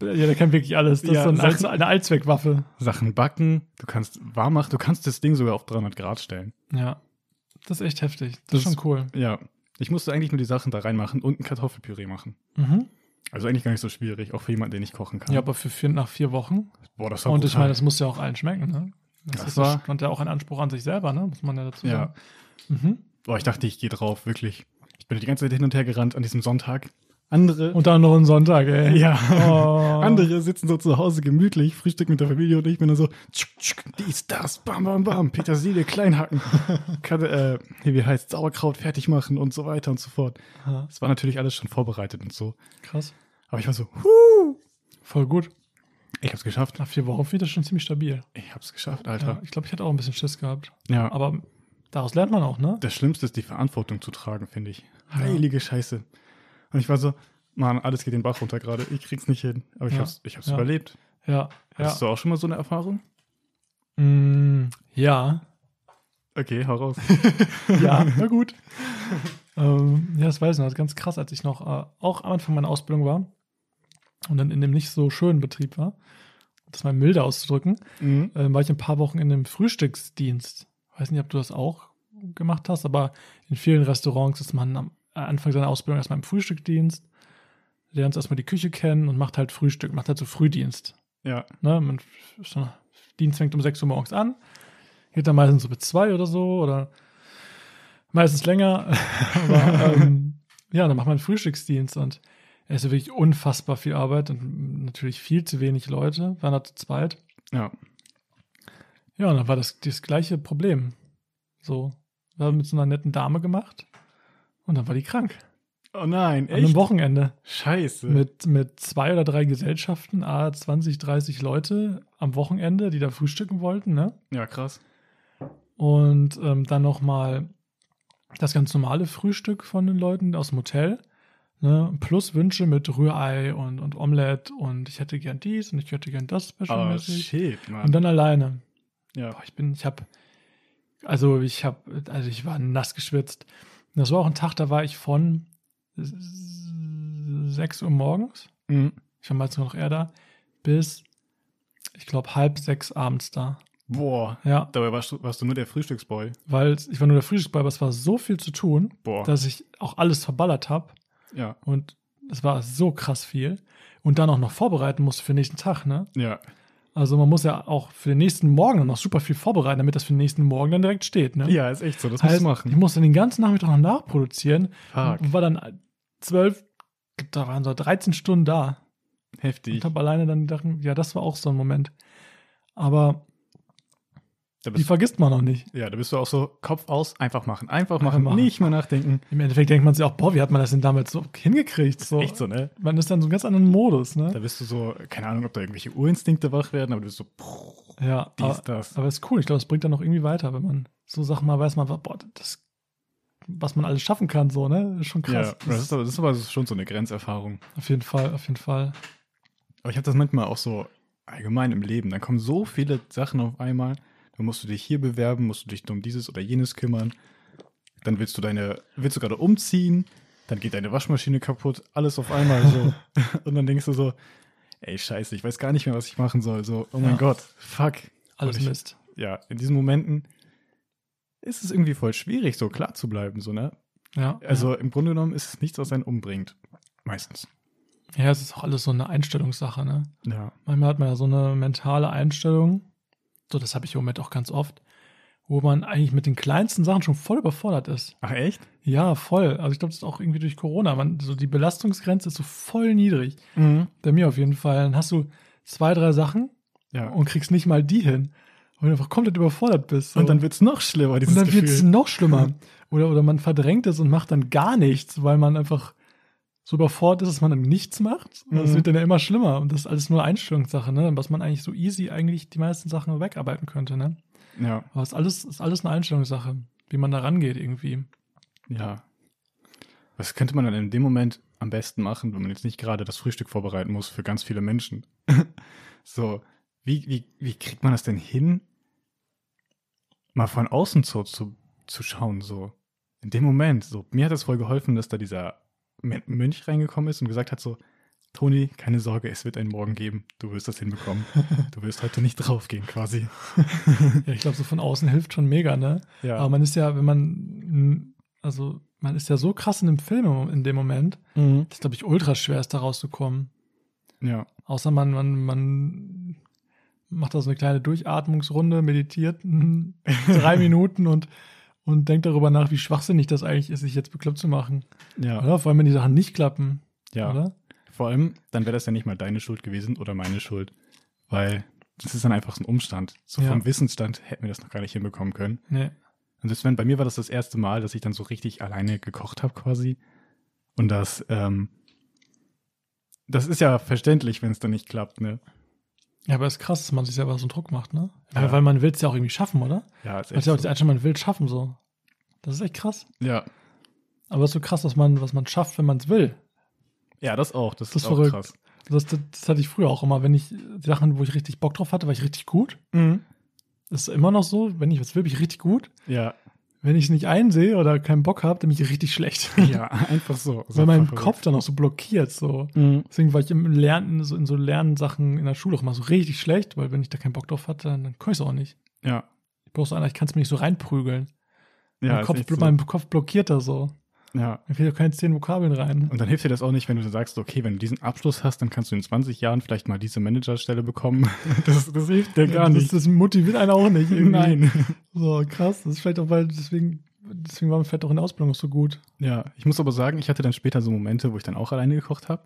A: ja, der kann wirklich alles. Das
B: Ja,
A: ist so ein
B: Sachen-
A: Allz eine Allzweckwaffe.
B: Sachen backen, du kannst warm machen, du kannst das Ding sogar auf 300 Grad stellen.
A: Ja. Das ist echt heftig. Das,
B: Das
A: ist schon cool.
B: Ja. Ich musste eigentlich nur die Sachen da reinmachen und ein Kartoffelpüree machen.
A: Mhm.
B: Also eigentlich gar nicht so schwierig, auch für jemanden, der nicht kochen kann.
A: Ja, aber für vier, nach vier Wochen.
B: Boah, das war
A: Und ich
B: brutal.
A: meine, das muss ja auch allen schmecken, ne? Das,
B: Das
A: ist
B: war-
A: war, und ja auch ein Anspruch an sich selber, ne? Muss man ja dazu
B: Ja.
A: sagen. Mhm.
B: Boah, ich dachte, ich gehe drauf, wirklich. Ich bin die ganze Zeit hin und her gerannt an diesem Sonntag. Andere.
A: Und dann noch ein Sonntag, ey.
B: ja.
A: Oh.
B: Andere sitzen so zu Hause gemütlich, Frühstück mit der Familie und ich bin dann so, tschuk, tschuk, dies, das, bam, bam, bam, Petersilie, Kleinhacken, kann, äh, hier, wie heißt, Sauerkraut fertig machen und so weiter und so fort.
A: Ja,
B: Es war natürlich alles schon vorbereitet und so.
A: krass.
B: Aber ich war so, huh,
A: Voll gut.
B: ich hab's geschafft.
A: Nach vier Wochen wieder schon ziemlich stabil.
B: Ich hab's geschafft,
A: Ja,
B: Alter.
A: ich glaube, ich hatte auch ein bisschen Schiss gehabt.
B: Ja. Aber
A: Aber daraus lernt man auch, ne?
B: das Schlimmste ist, die Verantwortung zu tragen, finde ich. Heilige Scheiße. Und ich war so, Mann, alles geht den Bach runter gerade. Ich krieg's nicht hin. Aber ich
A: Ja.
B: hab's, ich hab's
A: Ja.
B: überlebt.
A: Ja. ja.
B: Hast du auch schon mal so eine Erfahrung?
A: Mm, ja,
B: Okay, hau raus.
A: Ja, na gut. ähm, ja, das weiß ich noch. Das ist ganz krass, als ich noch äh, auch am Anfang meiner Ausbildung war und dann in dem nicht so schönen Betrieb war, um das mal milde auszudrücken,
B: Mhm.
A: ähm, war ich ein paar Wochen in einem Frühstücksdienst. Weiß nicht, ob du das auch gemacht hast, aber in vielen Restaurants ist man am äh, Anfang seiner Ausbildung erstmal im Frühstückdienst, lernt erstmal die Küche kennen und macht halt Frühstück, macht halt so Frühdienst.
B: Ja.
A: Ne? Man, ist schon- Dienst fängt um 6 Uhr morgens an, geht dann meistens so bis 2 oder so oder meistens länger. Aber ähm, ja, dann macht man Frühstücksdienst und es ist wirklich unfassbar viel Arbeit und natürlich viel zu wenig Leute, waren da zu zweit.
B: Ja.
A: Ja, und dann war das das gleiche Problem. So, wir haben mit so einer netten Dame gemacht und dann war die krank.
B: Oh nein,
A: An einem
B: echt?
A: Wochenende
B: Scheiße.
A: mit, mit zwei oder drei Gesellschaften, a 20, 30 Leute am Wochenende, die da frühstücken wollten, ne?
B: ja, krass.
A: Und ähm, dann nochmal das ganz normale Frühstück von den Leuten aus dem Hotel. Ne? Plus Wünsche mit Rührei und, und Omelette und ich hätte gern dies und ich hätte gern das
B: Oh,
A: specialmäßig.
B: shit, Mann.
A: und dann alleine.
B: ja.
A: Boah, ich bin, ich habe, also ich habe, also ich war nass geschwitzt. Das war auch ein Tag, da war ich von 6 Uhr morgens,
B: Mhm.
A: ich war meistens noch eher da, bis, ich glaube, halb sechs abends da.
B: Boah.
A: Ja,
B: Dabei warst du, warst du nur der Frühstücksboy.
A: weil ich war nur der Frühstücksball, aber es war so viel zu tun,
B: Boah.
A: dass ich auch alles verballert habe
B: ja.
A: und es war so krass viel und dann auch noch vorbereiten musste für den nächsten Tag, ne?
B: Ja.
A: Also man muss ja auch für den nächsten Morgen dann noch super viel vorbereiten, damit das für den nächsten Morgen dann direkt steht, ne?
B: Ja, ist echt so. Das
A: heißt,
B: musst du
A: ich
B: machen.
A: musste den ganzen Nachmittag noch nachproduzieren
B: Fuck.
A: und war dann zwölf, da waren so 13 Stunden da.
B: Heftig.
A: Ich habe alleine dann gedacht, ja, das war auch so ein Moment. Aber
B: Da
A: die
B: bist,
A: vergisst man noch nicht.
B: ja, da bist du auch so Kopf aus, einfach machen. Einfach
A: Einfach
B: machen.
A: machen.
B: Nicht mehr nachdenken.
A: Im Endeffekt denkt man sich auch, boah, wie hat man das denn damals so hingekriegt? So,
B: Echt so, ne?
A: Man ist dann so einen ganz anderen Modus,
B: Da
A: ne?
B: bist du so, keine Ahnung, ob da irgendwelche Urinstinkte wach werden, aber du bist so, prrr,
A: Ja,
B: dies,
A: aber,
B: das.
A: aber ist cool. Ich glaube, es bringt dann noch irgendwie weiter, wenn man so Sachen mal weiß, man, boah, das, was man alles schaffen kann, so, ne? Ist schon krass.
B: Ja, das ist, aber, das ist aber schon so eine Grenzerfahrung.
A: auf jeden Fall, auf jeden Fall.
B: Aber ich habe das manchmal auch so allgemein im Leben. Dann kommen so viele Sachen auf einmal. Dann musst du dich hier bewerben, musst du dich um dieses oder jenes kümmern. Dann willst du deine, willst du gerade umziehen, dann geht deine Waschmaschine kaputt, alles auf einmal so. Und dann denkst du so, ey Scheiße, ich weiß gar nicht mehr, was ich machen soll. So, oh mein
A: Ja.
B: Gott, fuck.
A: Alles
B: Und ich-
A: Mist.
B: Ja, in diesen Momenten ist es irgendwie voll schwierig, so klar zu bleiben, so, ne?
A: Ja,
B: Also im Grunde genommen ist es nichts, was einen umbringt. Meistens.
A: ja, es ist auch alles so eine Einstellungssache, ne?
B: Ja.
A: Manchmal hat man ja so eine mentale Einstellung, so das habe ich im Moment auch ganz oft, wo man eigentlich mit den kleinsten Sachen schon voll überfordert ist.
B: Ach echt?
A: Ja, voll. Also ich glaube, das ist auch irgendwie durch Corona. Man, so die Belastungsgrenze ist so voll niedrig.
B: Mhm.
A: Bei mir auf jeden Fall. Dann hast du zwei, drei Sachen
B: Ja.
A: und kriegst nicht mal die hin, weil du einfach komplett überfordert bist. So.
B: Und dann wird es noch schlimmer, dieses
A: und dann
B: Gefühl. Hm.
A: wird es noch schlimmer. Oder, oder man verdrängt es und macht dann gar nichts, weil man einfach so überfordert ist, dass man dann nichts macht. Und das
B: Mhm.
A: wird dann ja immer schlimmer. Und das ist alles nur Einstellungssache, ne? Was man eigentlich so easy eigentlich die meisten Sachen wegarbeiten könnte, ne?
B: ja,
A: Aber es ist alles, ist alles eine Einstellungssache, wie man da rangeht irgendwie.
B: ja. Was könnte man dann in dem Moment am besten machen, wenn man jetzt nicht gerade das Frühstück vorbereiten muss für ganz viele Menschen? so, wie, wie, wie kriegt man das denn hin, mal von außen zu, zu, zu schauen, so? In dem Moment, so. Mir hat das voll geholfen, dass da dieser M- Mönch reingekommen ist und gesagt hat, so, Toni, keine Sorge, es wird einen Morgen geben. Du wirst das hinbekommen. Du wirst heute nicht draufgehen, quasi.
A: Ja, ich glaube, so von außen hilft schon mega, ne? Aber
B: Ja.
A: man ist ja, wenn man, also man ist ja so krass in dem Film in dem Moment,
B: Mhm.
A: dass glaube ich ultra schwer ist, da rauszukommen.
B: Ja.
A: Außer man, man, man macht da so eine kleine Durchatmungsrunde, meditiert mm, drei Minuten und, und denkt darüber nach, wie schwachsinnig das eigentlich ist, sich jetzt bekloppt zu machen.
B: Ja.
A: Oder? Vor allem, wenn die Sachen nicht klappen.
B: Ja.
A: Oder?
B: Vor allem, dann wäre das ja nicht mal deine Schuld gewesen oder meine Schuld, weil das ist dann einfach so ein Umstand. So
A: Ja.
B: vom Wissensstand hätten wir das noch gar nicht hinbekommen können.
A: Nee.
B: Und selbst wenn, bei mir war das das erste Mal, dass ich dann so richtig alleine gekocht habe quasi. Und das, ähm, das ist ja verständlich, wenn es dann nicht klappt, ne?
A: Ja, aber es ist krass, dass man sich selber so einen Druck macht, ne?
B: Ja.
A: Weil- Weil man will es ja auch irgendwie schaffen, oder?
B: Ja, ist
A: Man hat
B: echt
A: ja
B: so.
A: auch die Einstellung, man will es schaffen, so. Das ist echt krass.
B: ja.
A: Aber es ist so krass, was man, was man schafft, wenn man es will.
B: ja, das auch. Das,
A: Das ist
B: ist auch
A: verrückt.
B: krass. Mhm.
A: Das, das, das hatte ich früher auch immer, wenn ich die Sachen, wo ich richtig Bock drauf hatte, war ich richtig gut. Das ist immer noch so, wenn ich was will, bin ich richtig gut.
B: Ja.
A: Wenn ich es nicht einsehe oder keinen Bock habe, dann bin ich richtig schlecht.
B: Ja, einfach so.
A: Weil mein
B: Einfach
A: Kopf dann auch so blockiert. So.
B: verrückt. Mhm.
A: Deswegen war ich im Lernen, so in so Lernsachen in der Schule auch immer so richtig schlecht, weil wenn ich da keinen Bock drauf hatte, dann, dann kann ich es auch nicht.
B: Ja.
A: Ich brauche so einer, ich kann es mir nicht so reinprügeln.
B: Ja,
A: mein,
B: ist
A: Kopf,
B: echt so.
A: mein Kopf blockiert da so.
B: ja.
A: Da kriege ich auch keine zehn Vokabeln rein.
B: Und dann hilft dir das auch nicht, wenn du sagst, okay, wenn du diesen Abschluss hast, dann kannst du in 20 Jahren vielleicht mal diese Managerstelle bekommen. Das, das hilft dir gar
A: das,
B: nicht.
A: das motiviert einen auch nicht. irgendwie.
B: Nein.
A: So, krass. Das ist vielleicht auch, weil deswegen, deswegen war man vielleicht auch in der Ausbildung auch so gut.
B: Ja, ich muss aber sagen, ich hatte dann später so Momente, wo ich dann auch alleine gekocht habe.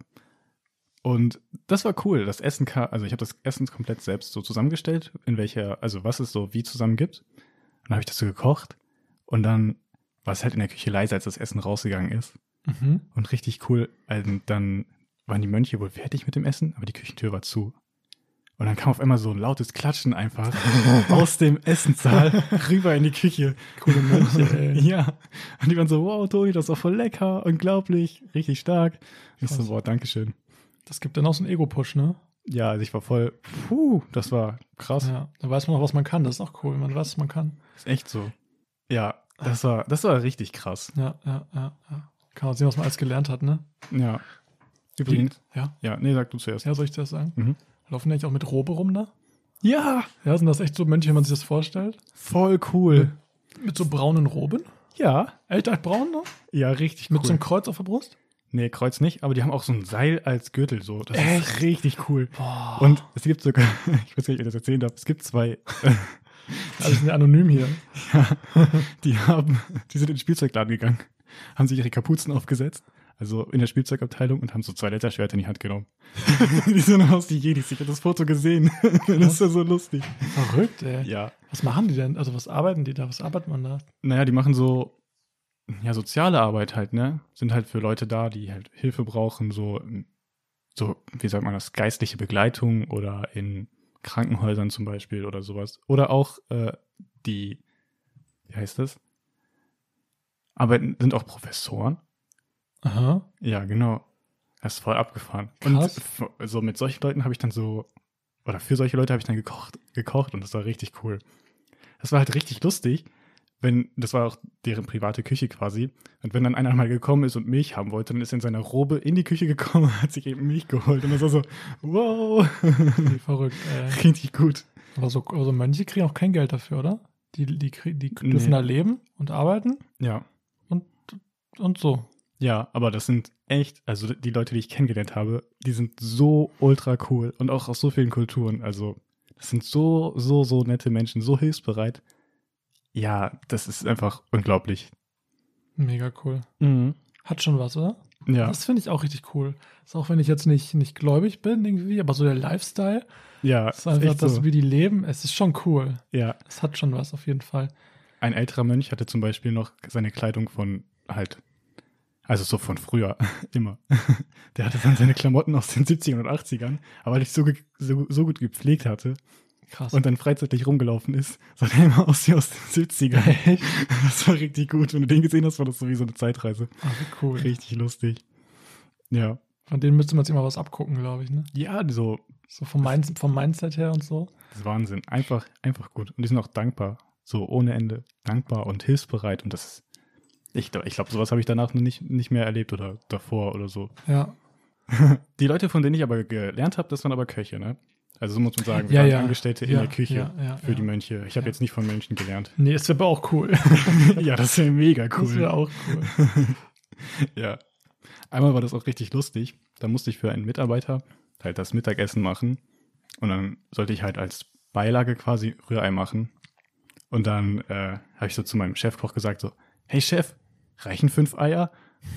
B: Und das war cool. Das Essen kam, also ich habe das Essen komplett selbst so zusammengestellt, in welcher, also was es so wie zusammen gibt. Und dann habe ich das so gekocht. Und dann war es halt in der Küche leise, als das Essen rausgegangen ist. Und richtig cool. Also dann waren die Mönche wohl fertig mit dem Essen, aber die Küchentür war zu. Und dann kam auf einmal so ein lautes Klatschen einfach aus dem Essenssaal rüber in die Küche.
A: Coole Mönche, ey.
B: Ja. Und die waren so, wow, Toni, das war voll lecker, unglaublich, richtig stark. Und ich so,
A: Krass.
B: wow, Dankeschön.
A: Das gibt dann auch so einen Ego-Push, ne?
B: Ja, also ich war voll, puh, das war krass.
A: Ja. Da weiß man auch, was man kann. Das ist auch cool. Man weiß, was man kann.
B: Ist echt so. Ja, das war, das war richtig krass.
A: Ja, ja, ja, ja. Kann man sehen, was man alles gelernt hat, ne?
B: Ja. Übrigens.
A: Ja.
B: Ja, nee, sag du zuerst.
A: Ja, soll ich dir das sagen?
B: Mhm.
A: Laufen die eigentlich auch mit Robe rum da?
B: Ja,
A: Ja, sind das echt so Mönche, wenn man sich das vorstellt?
B: voll cool.
A: Mit so braunen Roben?
B: Ja.
A: Echt echt braun, ne?
B: Ja, richtig
A: Mit
B: cool.
A: so einem Kreuz auf der Brust?
B: Nee, Kreuz nicht, aber die haben auch so ein Seil als Gürtel so. Das ist
A: Echt? Oh.
B: richtig cool.
A: Boah. Und
B: Und es gibt sogar, ich weiß gar nicht, ob ich das erzählen darf, es gibt zwei,
A: alles sind ja anonym hier.
B: die haben, die sind in den Spielzeugladen gegangen, haben sich ihre Kapuzen aufgesetzt, also in der Spielzeugabteilung und haben so zwei Letterschwerter in die Hand genommen. die sind aus die Jedis. Ich habe das Foto gesehen. das ist ja so lustig.
A: Verrückt, ey.
B: Ja.
A: Was machen die denn? Also, was arbeiten die da? Was arbeitet man da?
B: Naja, die machen so, ja, soziale Arbeit halt, ne? Sind halt für Leute da, die halt Hilfe brauchen, so, so, wie sagt man das, geistliche Begleitung oder in Krankenhäusern zum Beispiel oder sowas. Oder auch äh, die, wie heißt das? Arbeiten, sind auch Professoren.
A: Aha.
B: Ja, genau. Das ist voll abgefahren.
A: Krass.
B: Und f- so mit solchen Leuten habe ich dann so, oder für solche Leute habe ich dann gekocht, gekocht und das war richtig cool. Das war halt richtig lustig, wenn, das war auch deren private Küche quasi. Und wenn dann einer mal gekommen ist und Milch haben wollte, dann ist er in seiner Robe in die Küche gekommen und hat sich eben Milch geholt. Und das war so, wow,
A: Wie verrückt, ey.
B: richtig gut.
A: Aber so also Mönche kriegen auch kein Geld dafür, oder? Die, die, krie- die dürfen
B: Nee.
A: da leben und arbeiten
B: Ja.
A: und so.
B: Ja, aber das sind echt, also die Leute, die ich kennengelernt habe, die sind so ultra cool und auch aus so vielen Kulturen. Also, das sind so, so, so nette Menschen, so hilfsbereit. Ja, das ist einfach unglaublich.
A: Mega cool. Hat schon was, oder?
B: Ja,
A: Mhm. Das finde ich auch richtig cool. Ist auch wenn ich jetzt nicht, nicht gläubig bin, irgendwie, aber so der Lifestyle,
B: ja,
A: ist einfach
B: echt
A: das,
B: so.
A: wie die leben. Es ist schon cool.
B: ja.
A: Es hat schon was, auf jeden Fall.
B: Ein älterer Mönch hatte zum Beispiel noch seine Kleidung von halt, also so von früher, immer. Der hatte dann seine Klamotten aus den 70ern und 80ern, aber weil ich so, ge- so, so gut gepflegt hatte,
A: Krass.
B: und dann freizeitlich rumgelaufen ist, sah der immer aus wie aus den 70ern. Das war richtig gut. Wenn du den gesehen hast, war das so wie so eine Zeitreise.
A: Ah, wie cool.
B: Richtig lustig. Ja.
A: Von denen müsste man jetzt immer was abgucken, glaube ich, ne?
B: Ja, so,
A: So vom, Mind vom Mindset her und so.
B: das ist Wahnsinn. Einfach, einfach gut. Und die sind auch dankbar. So ohne Ende. Dankbar und hilfsbereit. Und das ist, ich glaube, ich glaub, sowas habe ich danach noch nicht, nicht mehr erlebt oder davor oder so.
A: Ja.
B: Die Leute, von denen ich aber gelernt habe, das waren aber Köche, ne? Also so muss man sagen, wir
A: Ja,
B: waren
A: ja.
B: Angestellte in
A: Ja,
B: der Küche
A: ja, ja,
B: für die
A: ja.
B: Mönche. Ich
A: Ja.
B: habe jetzt nicht von Mönchen gelernt.
A: Nee, ist aber auch cool.
B: ja, das wäre mega cool.
A: Das wäre auch cool.
B: Ja. Einmal war das auch richtig lustig. Da musste ich für einen Mitarbeiter halt das Mittagessen machen. Und dann sollte ich halt als Beilage quasi Rührei machen. Und dann äh, habe ich so zu meinem Chefkoch gesagt so, hey Chef, reichen fünf Eier?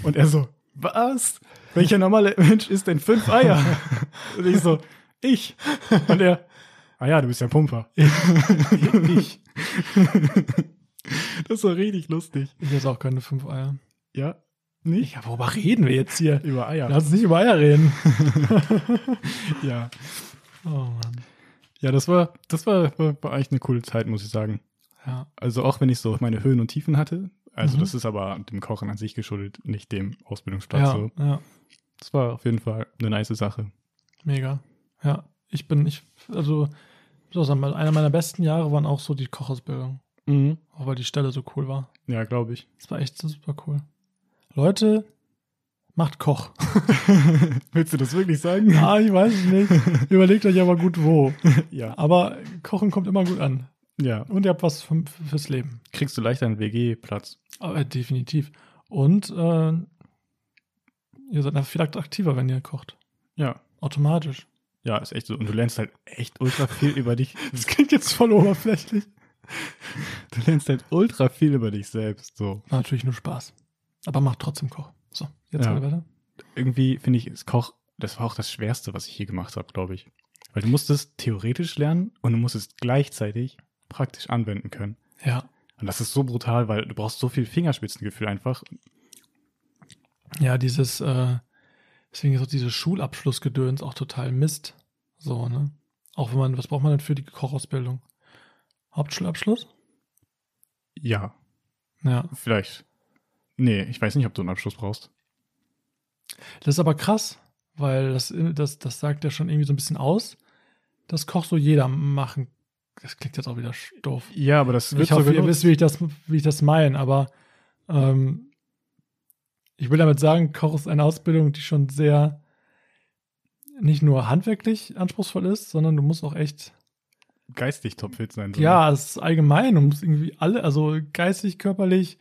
B: Und er so, was? Welcher normale Mensch isst denn fünf Eier? Und ich so, ich. Und er, ah ja, du bist ja Pumper. Ich. Das war richtig lustig.
A: Ich esse auch keine fünf Eier.
B: Ja, nicht?
A: Ja, worüber reden wir jetzt hier?
B: Über Eier.
A: Lass uns nicht über Eier reden.
B: ja.
A: Oh Mann.
B: Ja, das war, das war, war, war eigentlich eine coole Zeit, muss ich sagen.
A: Ja.
B: Also auch wenn ich so meine Höhen und Tiefen hatte. Also
A: Mhm.
B: das ist aber dem Kochen an sich geschuldet, nicht dem Ausbildungsstart.
A: Ja,
B: So.
A: ja,
B: Das war auf jeden Fall eine nice Sache.
A: mega. Ja, ich bin, ich, also So, sag mal, einer meiner besten Jahre waren auch so die Kochausbildung.
B: Mhm.
A: Auch Oh, weil die Stelle so cool war.
B: Ja, glaube ich.
A: Das war echt super cool. Leute, macht Koch.
B: Willst du das wirklich sagen?
A: ah, ich weiß es nicht. Überlegt euch aber gut wo.
B: ja.
A: Aber Kochen kommt immer gut an.
B: Ja.
A: Und ihr habt was vom, fürs Leben.
B: Kriegst du leichter einen WG-Platz.
A: Aber äh, definitiv. Und äh, ihr seid einfach viel aktiver, wenn ihr kocht.
B: Ja.
A: Automatisch.
B: Ja, ist echt so. Und du lernst halt echt ultra viel über dich.
A: Das klingt jetzt voll oberflächlich.
B: Du lernst halt ultra viel über dich selbst. So.
A: War natürlich nur Spaß. Aber macht trotzdem Koch. So, jetzt
B: Ja.
A: ja. weiter.
B: Irgendwie finde ich, ist Koch, das war auch das Schwerste, was ich hier gemacht habe, glaube ich. Weil du musstest theoretisch lernen und du musstest gleichzeitig praktisch anwenden können.
A: Ja.
B: Und das ist so brutal, weil du brauchst so viel Fingerspitzengefühl einfach.
A: Ja, dieses, äh, deswegen ist auch dieses Schulabschlussgedöns auch total Mist. So, ne? Auch wenn man, was braucht man denn für die Kochausbildung? Hauptschulabschluss?
B: Ja,
A: Ja.
B: vielleicht. Nee, ich weiß nicht, ob du einen Abschluss brauchst.
A: Das ist aber krass, weil das, das, das sagt ja schon irgendwie so ein bisschen aus, dass Koch so jeder machen. Das klingt jetzt auch wieder sch- doof.
B: Ja, aber das
A: Ich hoffe, ihr wisst, wie ich das, wie ich das meine, aber ähm, ich will damit sagen, Koch ist eine Ausbildung, die schon sehr nicht nur handwerklich anspruchsvoll ist, sondern du musst auch echt,
B: geistig topfit sein. so.
A: ja, es ist allgemein, du musst irgendwie alle, also geistig, körperlich,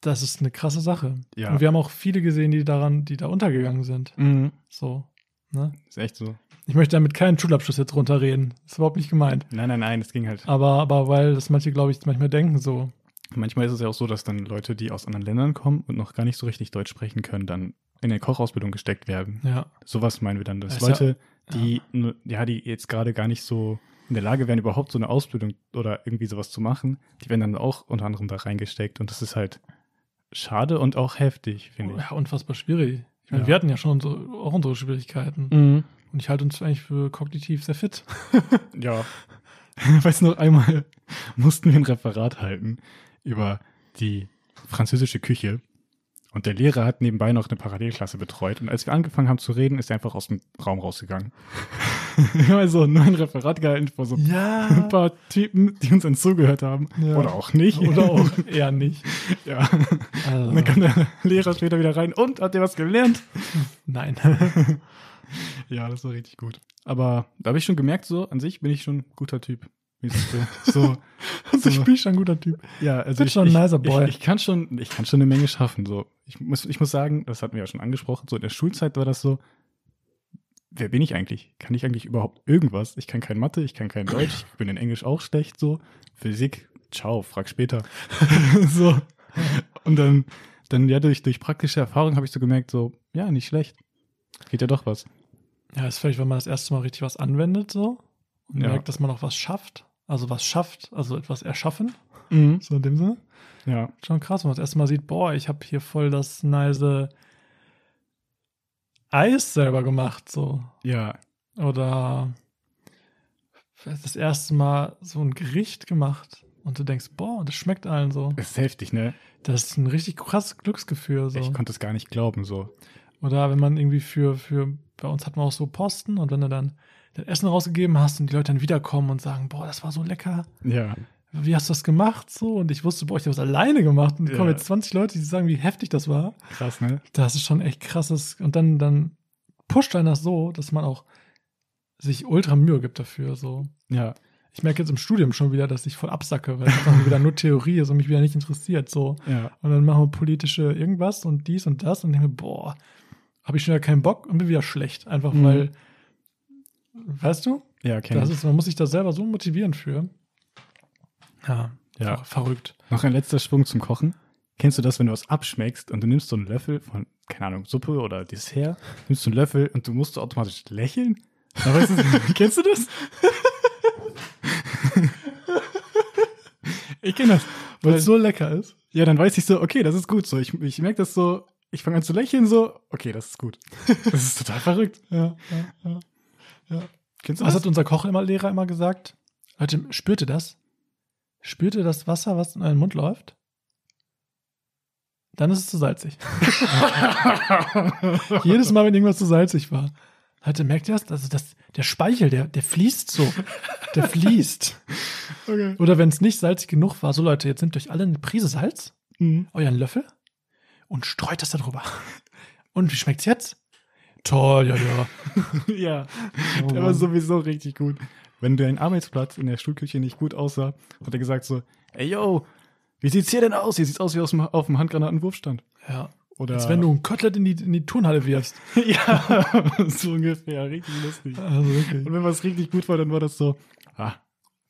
A: das ist eine krasse Sache.
B: Ja.
A: Und wir haben auch viele gesehen, die daran, die da untergegangen sind.
B: Mhm.
A: So. Ne?
B: Ist echt so.
A: Ich möchte damit keinen Schulabschluss jetzt runterreden. Ist überhaupt nicht gemeint.
B: Nein, nein, nein, es ging halt.
A: Aber, aber weil das manche, glaube ich, manchmal denken so.
B: Manchmal ist es ja auch so, dass dann Leute, die aus anderen Ländern kommen und noch gar nicht so richtig Deutsch sprechen können, dann in eine Kochausbildung gesteckt werden.
A: Ja.
B: Sowas meinen wir dann, dass
A: Ist ja-
B: Leute, die nur- ja, die jetzt gerade gar nicht so in der Lage wären, überhaupt so eine Ausbildung oder irgendwie sowas zu machen, die werden dann auch unter anderem da reingesteckt und das ist halt schade und auch heftig, finde ich.
A: Ja, unfassbar schwierig. Ich meine,
B: Ja. Mhm.
A: wir hatten ja schon unsere, auch unsere Schwierigkeiten. Und ich halte uns eigentlich für kognitiv sehr fit.
B: Ja. Weißt du noch einmal mussten wir ein Referat halten über die französische Küche. Und der Lehrer hat nebenbei noch eine Parallelklasse betreut. Und als wir angefangen haben zu reden, ist er einfach aus dem Raum rausgegangen. Wir haben also einen neuen Referat gehalten vor so ein
A: Ja.
B: paar Typen, die uns dann zugehört haben.
A: Ja.
B: Oder auch nicht.
A: Oder auch eher nicht.
B: Ja. Und
A: Also,
B: dann kam der Lehrer später wieder rein. Und habt ihr was gelernt?
A: nein.
B: Ja, das war richtig gut. Aber da habe ich schon gemerkt, so an sich bin ich schon ein guter Typ. Wie ist das so? so
A: Also ich bin schon ein guter Typ.
B: Ja, also
A: Bist
B: ich,
A: schon ein
B: ich,
A: nicer Boy.
B: Ich, ich kann schon, ich kann schon eine Menge schaffen. So, ich muss, ich muss sagen, das hatten wir ja schon angesprochen. So in der Schulzeit war das so. Wer bin ich eigentlich? Kann ich eigentlich überhaupt irgendwas? Ich kann kein Mathe, ich kann kein Deutsch, ich bin in Englisch auch schlecht. So Physik, ciao, frag später. so und dann, dann ja durch durch praktische Erfahrung habe ich so gemerkt, so ja nicht schlecht, geht ja doch was.
A: Ja, ist vielleicht, wenn man das erste Mal richtig was anwendet so und
B: Ja.
A: merkt, dass man auch was schafft. Also was schafft, also etwas erschaffen, so in dem Sinne.
B: Ja,
A: Schon krass, wenn man das erste Mal sieht, boah, ich habe hier voll das nice Eis selber gemacht, so.
B: ja,
A: Oder das erste Mal so ein Gericht gemacht und du denkst, boah, das schmeckt allen so.
B: das ist heftig, ne?
A: Das ist ein richtig krasses Glücksgefühl. So.
B: Ich konnte es gar nicht glauben, so.
A: Oder wenn man irgendwie für, für, bei uns hat man auch so Posten und wenn du dann dein Essen rausgegeben hast und die Leute dann wiederkommen und sagen, boah, das war so lecker.
B: Ja,
A: Wie hast du das gemacht? So, und ich wusste, boah, ich habe das alleine gemacht. Und
B: Ja.
A: kommen jetzt 20 Leute, die sagen, wie heftig das war.
B: krass, ne?
A: Das ist schon echt krasses. Und dann, dann pusht einen das so, dass man auch sich ultra Mühe gibt dafür. So.
B: Ja,
A: Ich merke jetzt im Studium schon wieder, dass ich voll absacke, weil das einfach wieder nur Theorie ist und mich wieder nicht interessiert. So.
B: ja.
A: Und dann machen wir politische irgendwas und dies und das und denke mir, boah, habe ich schon wieder keinen Bock und bin wieder schlecht. Einfach
B: Mhm.
A: weil, weißt du,
B: Ja, kenn
A: das
B: ich.
A: ist, man muss sich da selber so motivieren für. Ja,
B: Ja.
A: ver- verrückt.
B: Noch ein letzter Schwung zum Kochen. Kennst du das, wenn du was abschmeckst und du nimmst so einen Löffel von, keine Ahnung, Suppe oder Dessert, nimmst du einen Löffel und du musst so automatisch lächeln? Na, weißt du, kennst du das? ich kenne das.
A: Weil
B: Weil,
A: es so lecker ist.
B: ja, dann weiß ich so, okay, das ist gut. So, ich, ich merke das so, ich fange an zu lächeln, so, okay, das ist gut. Das ist total verrückt.
A: Ja, ja, ja. Also
B: Kennst du
A: Was
B: das?
A: hat unser Koch immer, Lehrer immer gesagt? Leute, spürt ihr das? Spürt ihr das Wasser, was in euren Mund läuft? Dann ist es zu salzig. Jedes Mal, wenn irgendwas zu salzig war. Leute, merkt ihr das? Also das, der Speichel, der, der fließt so. Der fließt.
B: Okay.
A: Oder wenn es nicht salzig genug war, so Leute, jetzt nehmt euch alle eine Prise Salz,
B: Mhm.
A: euren Löffel und streut das da drüber. Und wie schmeckt's jetzt? Toll, ja, ja.
B: ja,
A: Oh,
B: der war
A: Mann.
B: sowieso richtig gut. Wenn dein Arbeitsplatz in der Schulküche nicht gut aussah, hat er gesagt so, ey yo, wie sieht's hier denn aus? Hier sieht's aus wie aus dem, auf dem Handgranatenwurfstand.
A: ja.
B: Oder
A: Als wenn du ein Kotelett in die, in die Turnhalle wirfst.
B: ja, so ungefähr, richtig lustig.
A: Also wirklich.
B: Und wenn was richtig gut war, dann war das so, ah,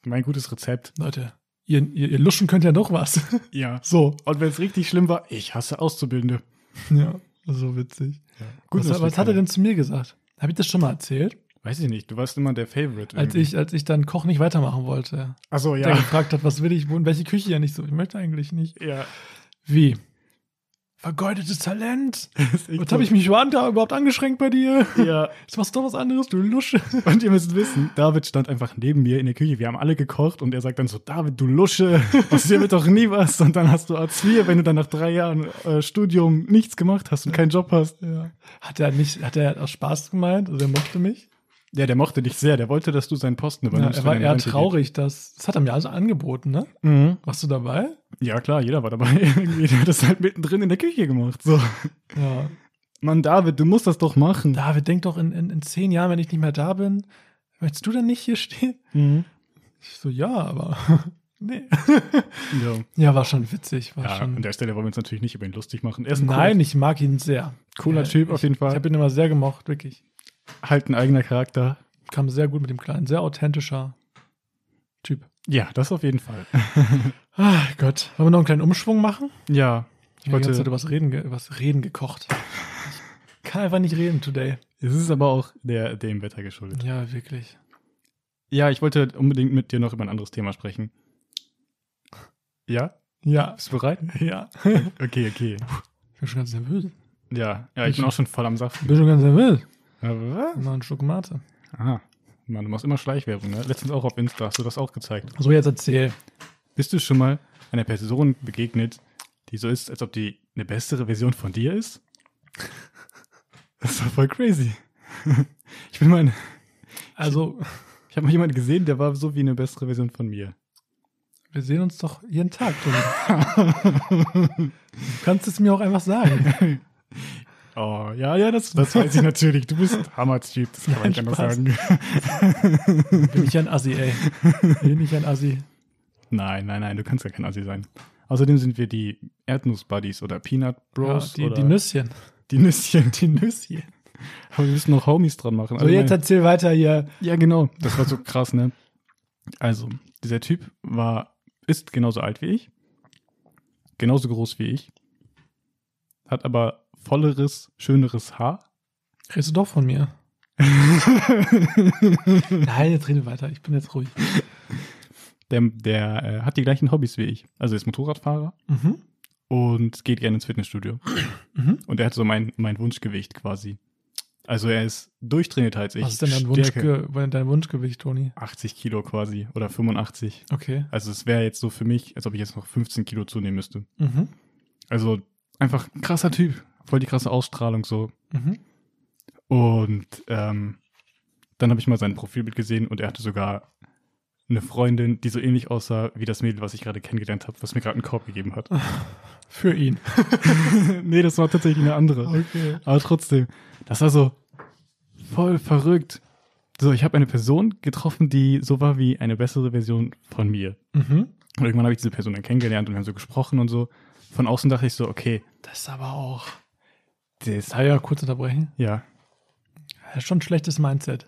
B: mein gutes Rezept.
A: Leute, ihr, ihr, ihr luschen könnt ja noch was.
B: Ja.
A: So.
B: Und wenn es richtig schlimm war, ich hasse Auszubildende.
A: Ja, so witzig.
B: Gut, dass
A: was
B: wir
A: was hat er
B: keine-
A: denn zu mir gesagt? Habe ich das schon mal erzählt?
B: Weiß ich nicht, du warst immer der Favorite.
A: Als
B: irgendwie.
A: ich, als ich dann Koch nicht weitermachen wollte.
B: Achso,
A: Der
B: ja.
A: gefragt hat, was will ich, wo in welche Küche ja nicht so. Ich möchte eigentlich nicht.
B: Ja.
A: Wie? Vergeudetes Talent.
B: Was
A: Jetzt habe ich mich Wanda überhaupt angeschränkt bei dir.
B: Ja.
A: Jetzt machst du doch was anderes, du Lusche.
B: Und ihr müsst wissen, David stand einfach neben mir in der Küche. Wir haben alle gekocht und er sagt dann so, David, du Lusche, aus dir wird doch nie was. Und dann hast du Hartz IV, wenn du dann nach drei Jahren äh, Studium nichts gemacht hast und keinen Job hast.
A: Ja. Hat er nicht, hat er aus Spaß gemeint? Also er mochte mich.
B: Ja, der mochte dich sehr. Der wollte, dass du seinen Posten
A: Ja,
B: übernimmst.
A: er war
B: wenn
A: eher
B: in Rente
A: traurig, dass. Das hat er mir also angeboten, ne?
B: geht. Mhm.
A: Warst du dabei?
B: Ja, klar, jeder war dabei. Irgendwie, der hat das halt mittendrin in der Küche gemacht. So.
A: Ja.
B: Mann, David, du musst das doch machen.
A: David, denk doch in, in, in zehn Jahren, wenn ich nicht mehr da bin, möchtest du dann nicht hier stehen?
B: Mhm.
A: Ich so, ja, aber. nee.
B: Ja.
A: Ja, war schon witzig. War
B: ja, an
A: schon.
B: der Stelle wollen wir uns natürlich nicht über ihn lustig machen. Er ist ein
A: Nein, ich mag ihn sehr.
B: cooler, cooler
A: Ja,
B: Typ auf
A: ich-
B: jeden
A: Ich
B: Fall.
A: habe ihn immer sehr gemocht, wirklich.
B: Halt ein eigener Charakter.
A: Kam sehr gut mit dem Kleinen. Sehr authentischer Typ.
B: Ja, das auf jeden Fall.
A: Ach Ah, Gott. Wollen wir noch einen kleinen Umschwung machen?
B: Ja,
A: Ich
B: wollte-
A: habe über das Reden, ge- übers Reden gekocht. Ich kann einfach nicht reden today.
B: es ist aber auch der, dem Wetter geschuldet.
A: Ja, wirklich.
B: Ja, ich wollte unbedingt mit dir noch über ein anderes Thema sprechen. Ja?
A: Ja.
B: Bist du bereit?
A: Ja.
B: Okay, okay.
A: Ich bin schon ganz nervös. Ich
B: Ja, ja ich bin auch schon voll am Saft.
A: bin schon ganz nervös.
B: Äh, Aha,
A: Noch eine Schokomate.
B: Mann, du machst immer Schleichwerbung, ne? Letztens auch auf Insta hast du das auch gezeigt.
A: So, jetzt erzähl.
B: Bist du schon mal einer Person begegnet, die so ist, als ob die eine bessere Version von dir ist? Das war voll crazy. Ich bin mal,
A: Also,
B: ich habe mal jemanden gesehen, der war so wie eine bessere Version von mir.
A: wir sehen uns doch jeden Tag. Toni. Du kannst es mir auch einfach sagen.
B: Oh, ja, ja, das, das weiß ich natürlich. Du bist ein Hammer-Typ, das kann man
A: Nein,
B: nicht anders
A: Spaß.
B: sagen.
A: Bin ich ein Assi, ey. Bin ich ein Assi.
B: Nein, nein, nein, du kannst ja kein Assi sein. Außerdem sind wir die Erdnuss-Buddies oder Peanut Bros.
A: ja, die,
B: oder
A: die Nüsschen.
B: Die Nüsschen.
A: Die Nüsschen.
B: Aber wir müssen noch Homies dran machen.
A: So, jetzt erzähl weiter hier.
B: Ja, genau. Das war so krass, ne? Also, dieser Typ war, ist genauso alt wie ich, genauso groß wie ich, hat aber volleres, schöneres Haar.
A: Redest du doch von mir? Nein, jetzt rede weiter. Ich bin jetzt ruhig.
B: Der, der äh, hat die gleichen Hobbys wie ich. Also, er ist Motorradfahrer
A: Mhm.
B: und geht gerne ins Fitnessstudio.
A: Mhm.
B: Und er hat so mein, mein Wunschgewicht quasi. Also, er ist durchtrainierter als ich.
A: Was ist denn dein,
B: Stärke
A: Wunschge dein Wunschgewicht, Toni?
B: 80 Kilo quasi oder 85.
A: Okay.
B: Also, es wäre jetzt so für mich, als ob ich jetzt noch 15 Kilo zunehmen müsste.
A: Mhm.
B: Also einfach ein krasser Typ. Voll die krasse Ausstrahlung so.
A: Mhm.
B: Und ähm, dann habe ich mal sein Profilbild gesehen und er hatte sogar eine Freundin, die so ähnlich aussah wie das Mädel, was ich gerade kennengelernt habe, was mir gerade einen Korb gegeben hat.
A: Für ihn.
B: nee, das war tatsächlich eine andere.
A: Okay.
B: Aber trotzdem, das war so voll verrückt. So, ich habe eine Person getroffen, die so war wie eine bessere Version von mir.
A: Mhm.
B: Und irgendwann habe ich diese Person dann kennengelernt und wir haben so gesprochen und so. Von außen dachte ich so, okay,
A: Das ist aber auch.
B: das,
A: Darf ich mal kurz unterbrechen?
B: ja,
A: Das ist schon ein schlechtes Mindset.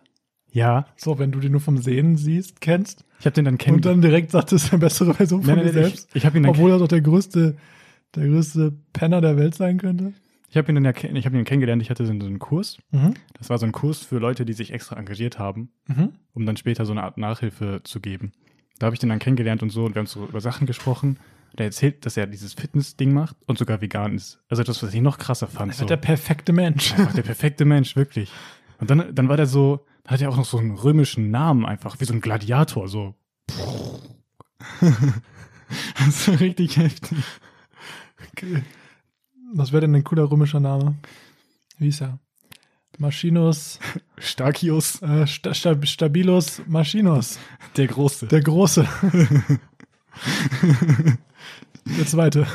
B: ja,
A: So, wenn du den nur vom Sehen siehst, kennst
B: Ich habe den dann
A: und
B: kennengelernt.
A: dann direkt sagst, das ist eine bessere Version von
B: Nein, nein,
A: dir
B: nein,
A: selbst.
B: Ich, ich habe ihn, dann-
A: Obwohl er doch der größte, der größte Penner der Welt sein könnte.
B: ich hab ihn dann ja ken- ich hab ihn kennengelernt. Ich hatte so einen Kurs.
A: Mhm.
B: Das war so ein Kurs für Leute, die sich extra engagiert haben,
A: Mhm.
B: um dann später so eine Art Nachhilfe zu geben. Da habe ich den dann kennengelernt und so und wir haben so über Sachen gesprochen. Der erzählt, dass er dieses Fitness-Ding macht und sogar vegan ist. Also das, was ich noch krasser fand.
A: Einfach
B: So.
A: der perfekte Mensch.
B: Einfach der perfekte Mensch, wirklich. Und dann, dann war der so, dann hat er auch noch so einen römischen Namen einfach, wie so ein Gladiator, so. das war richtig heftig.
A: Was wäre denn ein cooler römischer Name? Wie ist er? Maschinus,
B: Starkius,
A: äh, Sta Sta Stabilus Maschinus,
B: der Große.
A: der Große. der Zweite.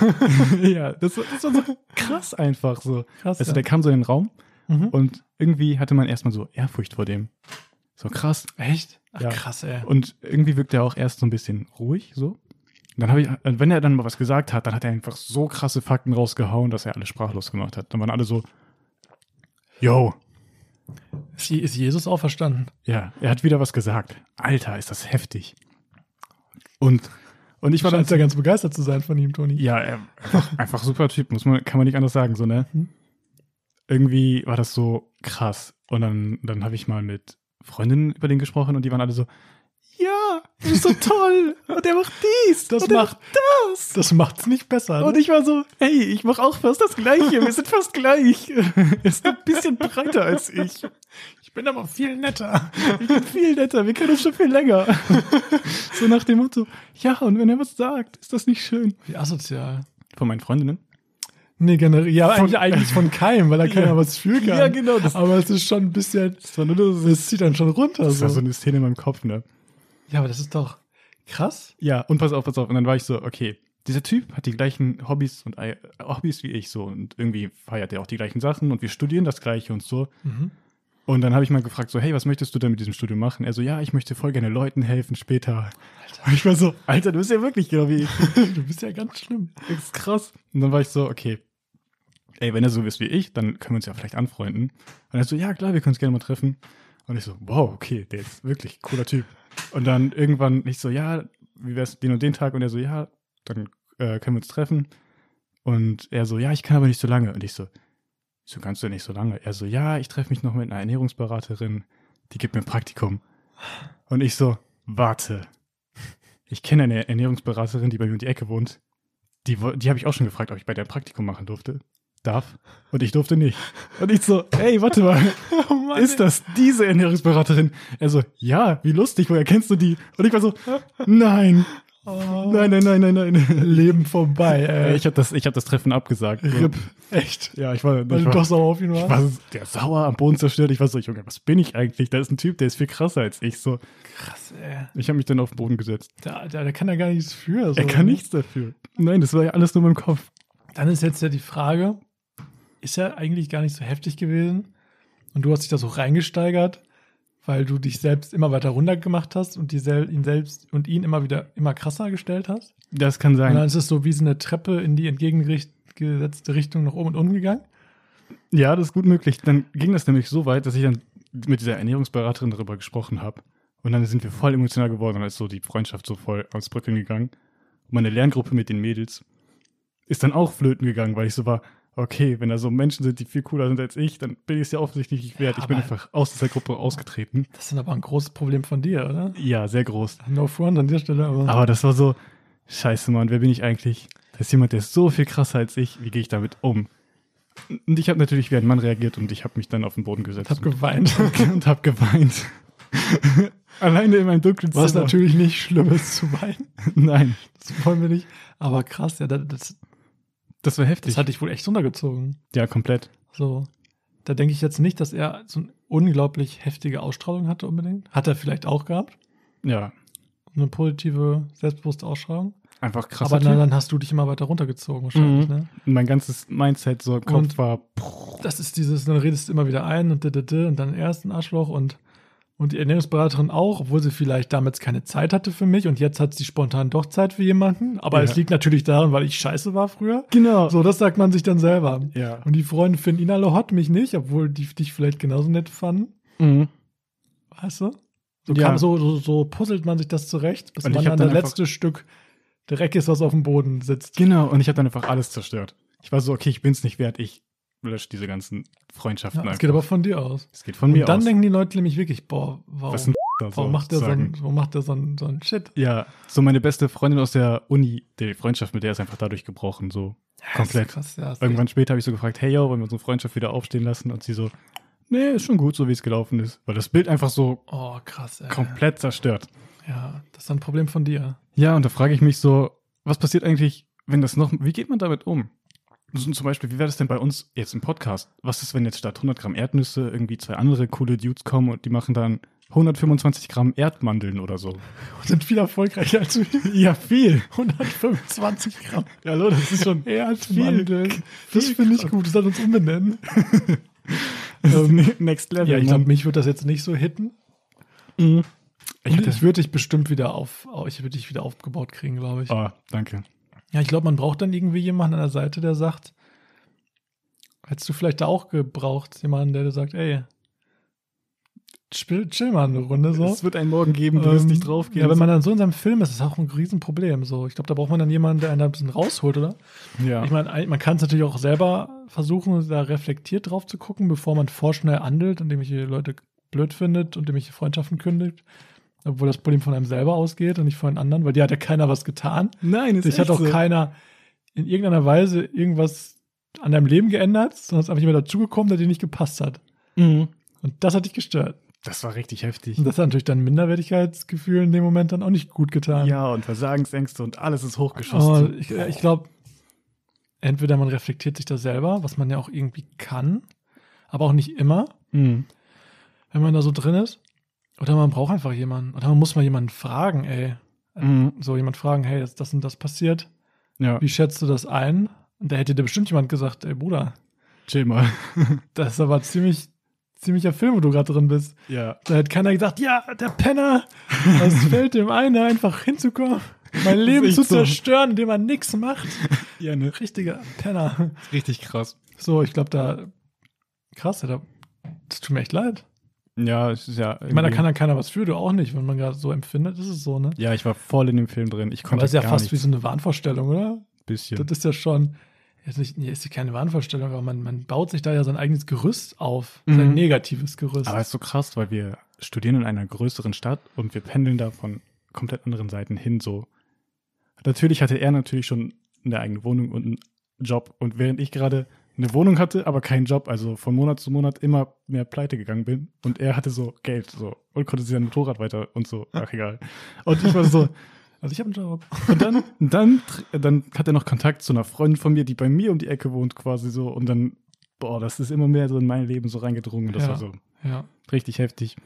B: ja, das, war- das war so krass einfach so.
A: Krass.
B: Also
A: ja.
B: der kam so in den Raum
A: mhm.
B: und irgendwie hatte man erstmal so Ehrfurcht vor dem. So krass.
A: Echt? Ach,
B: Ja.
A: krass, ey.
B: Und irgendwie wirkt er auch erst so ein bisschen ruhig so. Und Dann habe ich, und wenn er dann mal was gesagt hat, dann hat er einfach so krasse Fakten rausgehauen, dass er alle sprachlos gemacht hat. Dann waren alle so, yo,
A: Ist, Je- ist Jesus auferstanden?
B: ja, er hat wieder was gesagt. Alter, ist das heftig. Und, und ich war dann
A: Scheint ja ganz begeistert zu sein von ihm, Toni.
B: Ja, er, einfach, einfach super Typ, muss man, kann man nicht anders sagen, so, ne?
A: Mhm.
B: Irgendwie war das so krass. Und dann, dann habe ich mal mit Freundinnen über den gesprochen und die waren alle so, ja, das ist so toll. und er macht dies,
A: Das
B: und er
A: macht das. Das macht's nicht besser.
B: und
A: ne?
B: ich war so, hey, ich mache auch fast das Gleiche. Wir sind fast gleich. Er ist ein bisschen breiter als ich.
A: ich bin aber viel netter.
B: Ich bin viel netter. Wir kennen uns schon viel länger. so nach dem Motto, ja, und wenn er was sagt, ist das nicht schön.
A: Wie asozial.
B: Von meinen Freundinnen?
A: Nee, generell. Ja, eigentlich, eigentlich von keinem, weil da keiner
B: Ja.
A: was für kann.
B: Ja, genau, das-
A: aber es ist schon ein bisschen.
B: Das war nur so
A: Es zieht dann schon runter.
B: Das war so
A: So.
B: eine Szene in meinem Kopf, ne?
A: Ja, aber das ist doch krass.
B: Ja, und pass auf, pass auf. Und dann war ich so, okay, dieser Typ hat die gleichen Hobbys und Ei- Hobbys wie ich so und irgendwie feiert er auch die gleichen Sachen und wir studieren das gleiche und so.
A: Mhm.
B: Und dann habe ich mal gefragt so, hey, was möchtest du denn mit diesem Studium machen? Er so, ja, ich möchte voll gerne Leuten helfen später.
A: Alter.
B: Und ich war so, Alter, du bist ja wirklich genau wie ich.
A: Du bist ja ganz schlimm.
B: Das ist krass. Und dann war ich so, okay, ey, wenn er so ist wie ich, dann können wir uns ja vielleicht anfreunden. Und er so, ja, klar, wir können uns gerne mal treffen. Und ich so, wow, okay, der ist wirklich cooler Typ. Und dann irgendwann ich so, ja, wie wär's den und den Tag? Und er so, ja, dann äh, können wir uns treffen. Und er so, ja, ich kann aber nicht so lange. Und ich so, wieso kannst du denn nicht so lange? Er so, ja, ich treffe mich noch mit einer Ernährungsberaterin, die gibt mir ein Praktikum. Und ich so, warte, ich kenne eine Ernährungsberaterin, die bei mir um die Ecke wohnt. Die, wo- die habe ich auch schon gefragt, ob ich bei der ein Praktikum machen durfte. Darf. Und ich durfte nicht. Und ich so, ey, warte mal,
A: Oh Mann.
B: ist das diese Ernährungsberaterin? Er so, ja, wie lustig, woher kennst du die? Und ich war so, nein,
A: Oh.
B: nein, nein, nein, nein, nein.
A: Leben vorbei,
B: Äh,
A: ey.
B: Ich habe das, ich hab das Treffen abgesagt. So.
A: Ripp. Echt.
B: Ja, ich war,
A: Weil
B: ich
A: du
B: war,
A: doch sauer auf ihn
B: ich
A: warst.
B: war so- der sauer am Boden zerstört. Ich war so, Junge, was bin ich eigentlich? Da ist ein Typ, der ist viel krasser als ich. So,
A: krass, ey.
B: ich habe mich dann auf den Boden gesetzt.
A: Da, da, da kann er gar nichts für. So. ne?
B: Er kann nichts dafür. Nein, das war ja alles nur in meinem Kopf.
A: Dann ist jetzt ja die Frage, ist ja eigentlich gar nicht so heftig gewesen und du hast dich da so reingesteigert, weil du dich selbst immer weiter runter gemacht hast und die sel ihn selbst und ihn immer wieder immer krasser gestellt hast.
B: Das kann sein.
A: Und dann ist es so wie so eine Treppe in die entgegengesetzte Richtung nach oben und unten gegangen.
B: Ja, das ist gut möglich. Dann ging das nämlich so weit, dass ich dann mit dieser Ernährungsberaterin darüber gesprochen habe. Und dann sind wir voll emotional geworden. Dann ist so die Freundschaft so voll ans Bröckeln gegangen. Und meine Lerngruppe mit den Mädels ist dann auch flöten gegangen, weil ich so war, okay, wenn da so Menschen sind, die viel cooler sind als ich, dann bin ich es ja offensichtlich nicht wert.
A: Ja,
B: ich bin
A: aber-
B: einfach aus dieser Gruppe ausgetreten.
A: Das ist aber ein großes Problem von dir, oder?
B: Ja, sehr groß.
A: No front an der Stelle, aber.
B: Aber das war so, scheiße, Mann, wer bin ich eigentlich? Da ist jemand, der ist so viel krasser als ich. Wie gehe ich damit um? Und ich habe natürlich wie ein Mann reagiert und ich habe mich dann auf den Boden gesetzt.
A: ich hab geweint.
B: und hab geweint. Alleine in meinem dunklen Zimmer.
A: Was natürlich nicht Schlimmes zu weinen.
B: Nein,
A: Das wollen wir nicht. Aber krass, ja, das, das,
B: das war heftig.
A: das hat dich wohl echt runtergezogen.
B: ja, komplett.
A: So, da denke ich jetzt nicht, dass er so eine unglaublich heftige Ausstrahlung hatte unbedingt. Hat er vielleicht auch gehabt.
B: Ja,
A: Eine positive, selbstbewusste Ausstrahlung.
B: einfach krass.
A: Aber dann, dann hast du dich immer weiter runtergezogen wahrscheinlich, ne?
B: mein ganzes Mindset so im Kopf
A: Und-
B: war.
A: Das ist dieses, dann redest du immer wieder ein und, d -d -d und dann erst ein Arschloch und, und die Ernährungsberaterin auch, obwohl sie vielleicht damals keine Zeit hatte für mich und jetzt hat sie spontan doch Zeit für jemanden. Aber
B: Ja.
A: es liegt natürlich daran, weil ich scheiße war früher.
B: Genau.
A: So, das sagt man sich dann selber.
B: Ja.
A: Und die Freunde finden ihn alle hot, mich nicht, obwohl die dich vielleicht genauso nett fanden.
B: Mhm.
A: Weißt du? So,
B: Ja.
A: kam, so, so, so puzzelt man sich das zurecht, bis
B: Und ich
A: man
B: hab
A: dann
B: dann
A: das
B: einfach-
A: letzte Stück Dreck ist, was auf dem Boden sitzt.
B: Genau, und ich habe dann einfach alles zerstört. Ich war so, okay, ich bin's nicht wert, ich lösche diese ganzen
A: Ja,
B: Freundschaften
A: das
B: einfach.
A: geht aber von dir aus.
B: es geht von
A: Und
B: mir
A: dann
B: aus.
A: denken die Leute nämlich wirklich, boah, warum,
B: Was ein
A: warum macht der so, einen- warum macht der so, einen- so einen Shit?
B: Ja, so meine beste Freundin aus der Uni, die Freundschaft mit der ist einfach dadurch gebrochen, so.
A: Das
B: Komplett.
A: ist krass, ja, das ist
B: Irgendwann später habe ich so gefragt, hey yo, wollen wir unsere Freundschaft wieder aufstehen lassen? Und sie so, nee, ist schon gut, so wie es gelaufen ist. Weil das Bild einfach so
A: echt- Oh, krass, ey.
B: komplett zerstört.
A: Ja, das ist ein Problem von dir.
B: Ja, und da frage ich mich so, was passiert eigentlich, wenn das noch, wie geht man damit um? so zum Beispiel, wie wäre das denn bei uns jetzt im Podcast? Was ist, wenn jetzt statt 100 Gramm Erdnüsse irgendwie zwei andere coole Dudes kommen und die machen dann 125 Gramm Erdmandeln oder so?
A: Und sind viel erfolgreicher als wir.
B: Ja, viel.
A: 125 Gramm.
B: Ja, hallo, das ist schon
A: Erdmandeln. Das finde ich gut. Das soll uns umbenennen.
B: das ist
A: Ähm,
B: ne- Next Level.
A: Ja, ich glaube,
B: Mann.
A: mich würde das jetzt nicht so hitten.
B: Mhm.
A: Ich,
B: ich hatte,
A: ich würde dich bestimmt wieder auf, ich würde dich wieder aufgebaut kriegen, glaube ich.
B: oh, danke.
A: Ja, ich glaube, man braucht dann irgendwie jemanden an der Seite, der sagt, hättest du vielleicht da auch gebraucht, jemanden, der dir sagt, ey, chill, chill mal eine Runde so.
B: Es wird einen Morgen geben, du wirst
A: Ähm,
B: nicht draufgehen.
A: Ja, wenn man dann so in seinem Film ist, ist das auch ein Riesenproblem. So, ich glaube, da braucht man dann jemanden, der einen da ein bisschen rausholt, oder?
B: ja.
A: Ich meine, man kann es natürlich auch selber versuchen, da reflektiert drauf zu gucken, bevor man vorschnell handelt, indem ich Leute blöd findet und indem ich Freundschaften kündigt. Obwohl das Problem von einem selber ausgeht und nicht von den anderen, weil dir hat ja keiner was getan.
B: Nein,
A: Dich hat auch keiner in irgendeiner Weise irgendwas an deinem Leben geändert, sondern es ist einfach jemand dazugekommen, der dir nicht gepasst hat. Mhm. Und das hat dich gestört.
B: Mhm. Das war richtig heftig.
A: Und das hat natürlich dein Minderwertigkeitsgefühl in dem Moment dann auch nicht gut getan.
B: Ja, und Versagensängste und alles ist
A: Aber
B: hochgeschossen.
A: Oh, ich, äh, ich glaube, entweder man reflektiert sich das selber, was man ja auch irgendwie kann, aber auch nicht immer,
B: Mhm.
A: wenn man da so drin ist. Oder man braucht einfach jemanden. Oder man muss mal jemanden fragen, ey.
B: Mhm.
A: So jemand fragen, hey, ist das und das passiert.
B: Ja,
A: Wie schätzt du das ein? Und da hätte dir bestimmt jemand gesagt, ey Bruder,
B: chill mal.
A: das ist aber ziemlich, ziemlicher Film, wo du gerade drin bist.
B: Ja.
A: Da hätte keiner gesagt, ja, der Penner, was fällt dem ein, da einfach hinzukommen, mein
B: ist
A: Leben
B: echt
A: zu
B: so.
A: zerstören, indem man nichts macht.
B: ja ne?
A: Richtiger Penner.
B: Richtig krass.
A: So, ich glaube, da. Krass, ja, da. Das tut mir echt leid.
B: Ja, es ist ja.
A: Ich meine, da kann ja keiner was für, du auch nicht. Wenn man gerade so empfindet, ist es so, ne?
B: ja, ich war voll in dem Film drin. Ich
A: Aber
B: konnte
A: das ist ja
B: gar
A: fast wie
B: nichts.
A: so eine Wahnvorstellung, oder?
B: bisschen.
A: Das ist ja schon. Jetzt nicht, nee, ist ja keine Wahnvorstellung, aber man, man baut sich da ja sein eigenes Gerüst auf. Sein
B: Mhm.
A: negatives Gerüst.
B: Aber es ist so krass, weil wir studieren in einer größeren Stadt und wir pendeln da von komplett anderen Seiten hin. So. Natürlich hatte er natürlich schon eine eigene Wohnung und einen Job. Und während ich gerade eine Wohnung hatte, aber keinen Job, also von Monat zu Monat immer mehr pleite gegangen bin. Und er hatte so Geld so und konnte sich sein Motorrad weiter und so. Ach egal. Und ich war so,
A: also, ich habe einen Job.
B: und dann, und dann, tr- dann hat er noch Kontakt zu einer Freundin von mir, die bei mir um die Ecke wohnt, quasi so. Und dann, boah, das ist immer mehr so in mein Leben so reingedrungen. Das
A: Ja.
B: war so
A: Ja.
B: richtig heftig.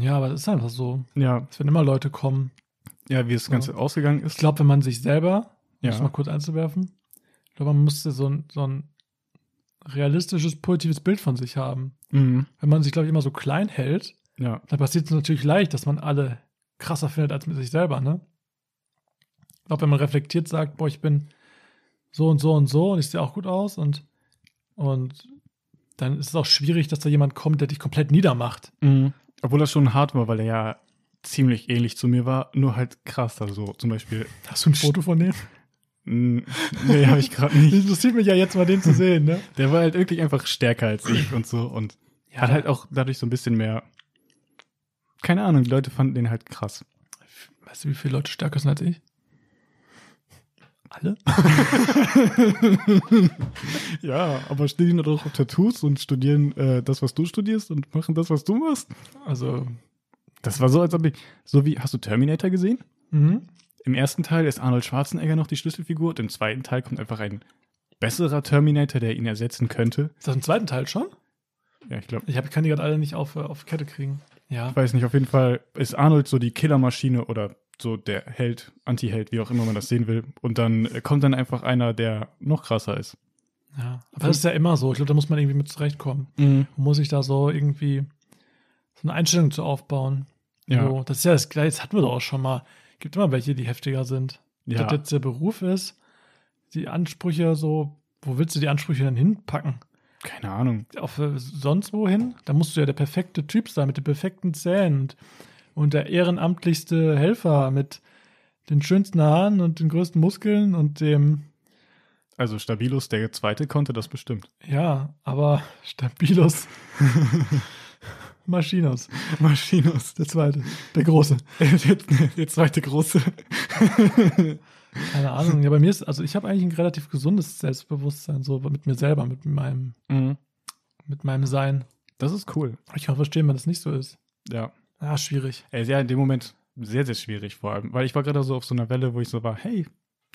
A: Ja, aber das ist einfach so.
B: Ja,
A: Es werden immer Leute kommen.
B: ja, wie das Ganze ausgegangen ist.
A: Ich glaube, wenn man sich selber um das mal
B: ja.
A: kurz einzuwerfen. Ich glaube, man müsste so ein, so ein realistisches, positives Bild von sich haben.
B: Mhm.
A: Wenn man sich, glaube ich, immer so klein hält,
B: ja,
A: dann passiert es natürlich leicht, dass man alle krasser findet als mit sich selber, ne? Ich glaube, wenn man reflektiert sagt, boah, ich bin so und so und so und ich sehe auch gut aus und, und dann ist es auch schwierig, dass da jemand kommt, der dich komplett niedermacht.
B: Mhm. Obwohl das schon hart war, weil er ja ziemlich ähnlich zu mir war, nur halt krasser so. Zum Beispiel,
A: Hast du ein Foto von dem?
B: mh, nee, habe ich gerade nicht.
A: Interessiert mich ja jetzt mal, den zu sehen, ne?
B: Der war halt wirklich einfach stärker als ich und so und hat halt auch dadurch so ein bisschen mehr. Keine Ahnung, die Leute fanden den halt krass.
A: Weißt du, wie viele Leute stärker sind als ich? Alle?
B: Ja, aber stehen da doch auf Tattoos und studieren äh, das, was du studierst und machen das, was du machst.
A: Also,
B: Das war so, als ob ich. So wie, hast du Terminator gesehen?
A: mhm.
B: Im ersten Teil ist Arnold Schwarzenegger noch die Schlüsselfigur und im zweiten Teil kommt einfach ein besserer Terminator, der ihn ersetzen könnte.
A: Ist das im zweiten Teil schon?
B: Ja, ich glaube.
A: Ich hab, kann die gerade alle nicht auf, äh, auf Kette kriegen. Ja.
B: Ich weiß nicht, auf jeden Fall ist Arnold so die Killermaschine oder so der Held, Anti-Held, wie auch immer man das sehen will. Und dann äh, kommt dann einfach einer, der noch krasser ist.
A: ja. Aber das ist ja immer so. Ich glaube, da muss man irgendwie mit zurechtkommen.
B: Mhm.
A: Man muss sich da so irgendwie so eine Einstellung zu aufbauen.
B: Ja.
A: So, das ist ja das Gleiche, das hatten wir doch auch schon mal. Gibt immer welche, die heftiger sind. Ja. Ob
B: ja.
A: das jetzt der Beruf ist, die Ansprüche so, wo willst du die Ansprüche denn hinpacken?
B: Keine Ahnung.
A: auf äh, sonst wohin, da musst du ja der perfekte Typ sein mit den perfekten Zähnen und, und der ehrenamtlichste Helfer mit den schönsten Haaren und den größten Muskeln und dem,
B: Also Stabilus, der zweite, konnte das bestimmt.
A: ja, aber Stabilos Maschinos,
B: Maschinus.
A: der zweite, der große.
B: der, der zweite große.
A: Keine Ahnung, ja, bei mir ist, also ich habe eigentlich ein relativ gesundes Selbstbewusstsein, so mit mir selber, mit meinem, mit meinem Sein.
B: Mhm. Das ist cool.
A: Ich kann verstehen, wenn das nicht so ist.
B: Ja.
A: Ah, schwierig.
B: Ey, sehr in dem Moment sehr, sehr schwierig vor allem, weil ich war gerade so auf so einer Welle, wo ich so war, hey,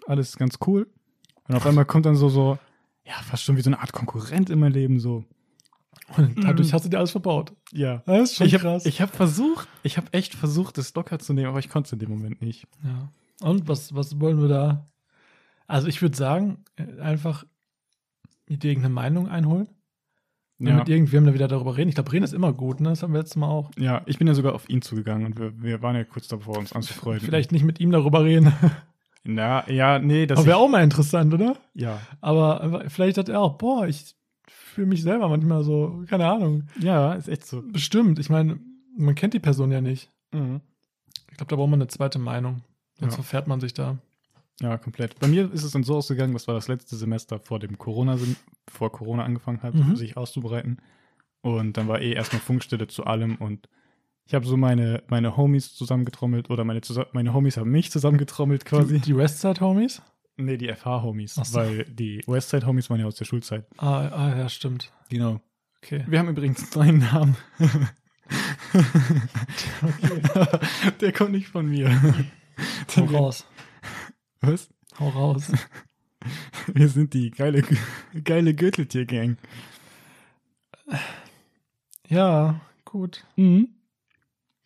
B: alles ganz cool. Und auf einmal kommt dann so, so ja, fast schon wie so eine Art Konkurrent in meinem Leben so.
A: Und dadurch hast du dir alles verbaut.
B: Ja.
A: Mhm. Das ist schon
B: ich habe
A: krass.
B: hab versucht, ich habe echt versucht, das locker zu nehmen, aber ich konnte es in dem Moment nicht.
A: Ja. Und was, was wollen wir da? Also ich würde sagen, äh, einfach mit irgendeiner Meinung einholen. Ja.
B: Ja,
A: Mit irgendwem da wieder darüber reden. Ich glaube, reden ist immer gut, ne? Das haben wir letztes Mal auch.
B: ja, ich bin ja sogar auf ihn zugegangen und wir, wir waren ja kurz davor, uns anzufreunden.
A: Vielleicht nicht mit ihm darüber reden.
B: Na, ja, nee, das
A: Aber wäre auch mal interessant, oder?
B: ja.
A: Aber aber vielleicht hat er auch, boah, ich fühle mich selber manchmal so, keine Ahnung.
B: Ja, ist echt so.
A: Bestimmt. Ich meine, man kennt die Person ja nicht. Ich glaube, da braucht man eine zweite Meinung. Sonst
B: Ja.
A: verfährt man sich da.
B: Ja, komplett. Bei mir ist es dann so ausgegangen, das war das letzte Semester vor dem Corona, vor Corona angefangen hat,
A: Mhm.
B: sich auszubereiten. Und dann war eh erstmal Funkstille zu allem und ich habe so meine, meine Homies zusammengetrommelt oder meine, zusa- meine Homies haben mich zusammengetrommelt quasi.
A: Die, die Westside-Homies?
B: Nee, die FH-Homies,
A: Ach so.
B: weil die Westside-Homies waren ja aus der Schulzeit.
A: Ah, ah, ja, stimmt.
B: Genau.
A: Okay.
B: Wir haben übrigens einen neuen Namen. der kommt nicht von mir.
A: Hau raus.
B: Was?
A: Hau raus.
B: Wir sind die geile, geile Gürteltier-Gang.
A: Ja, gut.
B: Mhm.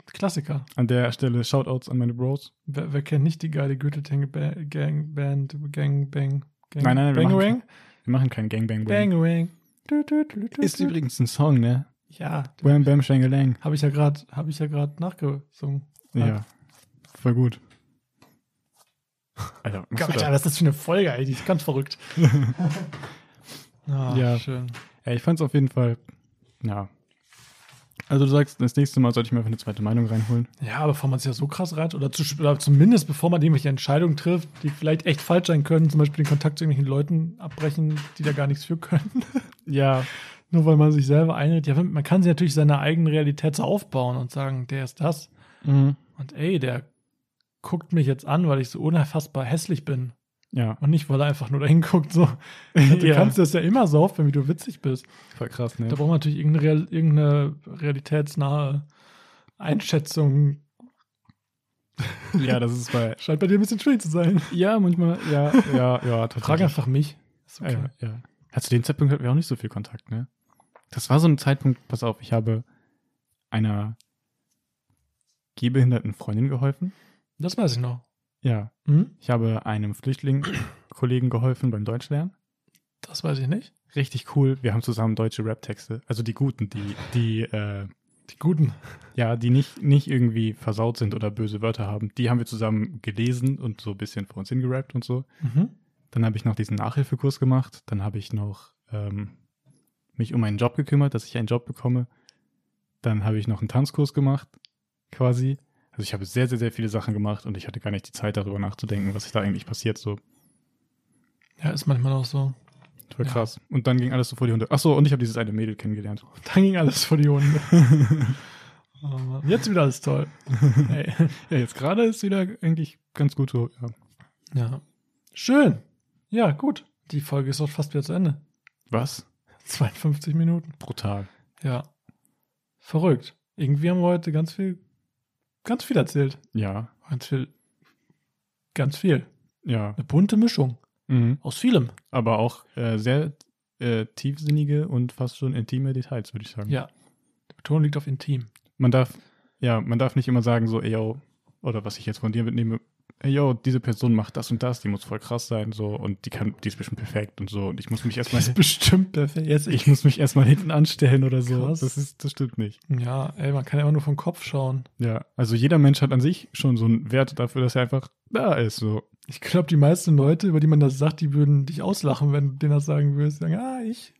A: Klassiker.
B: An der Stelle Shoutouts an meine Bros.
A: Wer, wer kennt nicht die geile Gürteltange Ba- Gang Band Gang Bang Gang
B: Nein, nein, wir
A: Bang
B: machen-
A: Wang
B: Wir machen keinen Gangbang.
A: Bang Wang. Du, du, du, du,
B: Ist
A: du.
B: übrigens ein Song, ne?
A: ja,
B: Wham Bam Shangalang.
A: habe ich ja gerade habe ich ja gerade nachgesungen.
B: Ja. Voll gut. Alter, machst du
A: Gott,
B: das?
A: Alter, was ist das für eine Folge, ey, die ist ganz verrückt. Ah,
B: Ja.
A: schön.
B: Ja, ich fand's auf jeden Fall. Ja. Also du sagst, das nächste Mal sollte ich mir einfach eine zweite Meinung reinholen.
A: Ja, aber bevor man sich ja so krass reinigt, oder, zu, oder zumindest bevor man irgendwelche Entscheidungen trifft, die vielleicht echt falsch sein können, zum Beispiel den Kontakt zu irgendwelchen Leuten abbrechen, die da gar nichts für können,
B: Ja.
A: nur weil man sich selber einredet. Ja, man kann sich natürlich seine eigene Realität so aufbauen und sagen, der ist das.
B: Mhm.
A: Und ey, der guckt mich jetzt an, weil ich so unfassbar hässlich bin.
B: Ja.
A: Und nicht, weil er einfach nur dahin guckt. So. Also, Du kannst das ja immer so aufhören, wie du witzig bist.
B: voll krass, ne?
A: Da braucht man natürlich irgendeine, Real, irgendeine realitätsnahe Einschätzung.
B: Ja, das ist bei.
A: Scheint bei dir ein bisschen schwierig zu sein.
B: Ja, manchmal. Ja, ja, ja.
A: Frag einfach mich. Ist okay.
B: Ja, ja. Ja, zu dem Zeitpunkt hatten wir auch nicht so viel Kontakt, ne? Das war so ein Zeitpunkt, pass auf, ich habe einer gehbehinderten Freundin geholfen.
A: Das weiß ich noch.
B: Ja.
A: Hm?
B: Ich habe einem Flüchtling-Kollegen geholfen beim Deutschlernen.
A: Das weiß ich nicht.
B: Richtig cool. Wir haben zusammen deutsche Rap-Texte. Also die guten, die, die, äh,
A: Die Guten.
B: ja, die nicht, nicht irgendwie versaut sind oder böse Wörter haben. Die haben wir zusammen gelesen und so ein bisschen vor uns hingerappt und so.
A: Mhm.
B: Dann habe ich noch diesen Nachhilfekurs gemacht. Dann habe ich noch ähm, mich um einen Job gekümmert, dass ich einen Job bekomme. Dann habe ich noch einen Tanzkurs gemacht, quasi. Also ich habe sehr, sehr, sehr viele Sachen gemacht und ich hatte gar nicht die Zeit, darüber nachzudenken, was da eigentlich passiert. So,
A: Ja, ist manchmal auch so.
B: voll
A: Ja.
B: krass. Und dann ging alles so vor die Hunde. Ach so, und ich habe dieses eine Mädel kennengelernt.
A: Dann ging alles vor die Hunde. Oh Mann. Jetzt wieder alles toll. Ey.
B: Ja, jetzt gerade ist wieder eigentlich ganz gut so. Ja.
A: Ja. Schön. Ja, gut. Die Folge ist auch fast wieder zu Ende.
B: Was?
A: 52 Minuten.
B: Brutal.
A: Ja. Verrückt. Irgendwie haben wir heute ganz viel, ganz viel erzählt.
B: Ja,
A: Ganz viel, ganz viel.
B: ja.
A: Eine bunte Mischung
B: Mhm.
A: aus vielem.
B: Aber auch äh, sehr äh, tiefsinnige und fast schon intime Details, würde ich sagen.
A: Ja. Die Betonung liegt auf intim.
B: man darf, ja, man darf nicht immer sagen so, ey, yo, oder was ich jetzt von dir mitnehme, ey, yo, diese Person macht das und das, die muss voll krass sein, so, und die kann, die ist bestimmt perfekt und so, und ich muss mich erstmal,
A: bestimmt perfekt. Jetzt
B: ich muss mich erstmal hinten anstellen oder so.
A: Krass.
B: Das ist, das stimmt nicht.
A: ja, ey, man kann ja immer nur vom Kopf schauen.
B: Ja, also jeder Mensch hat an sich schon so einen Wert dafür, dass er einfach da ist, so.
A: Ich glaube, die meisten Leute, über die man das sagt, die würden dich auslachen, wenn du denen das sagen würdest. Die Sagen, ah, ich.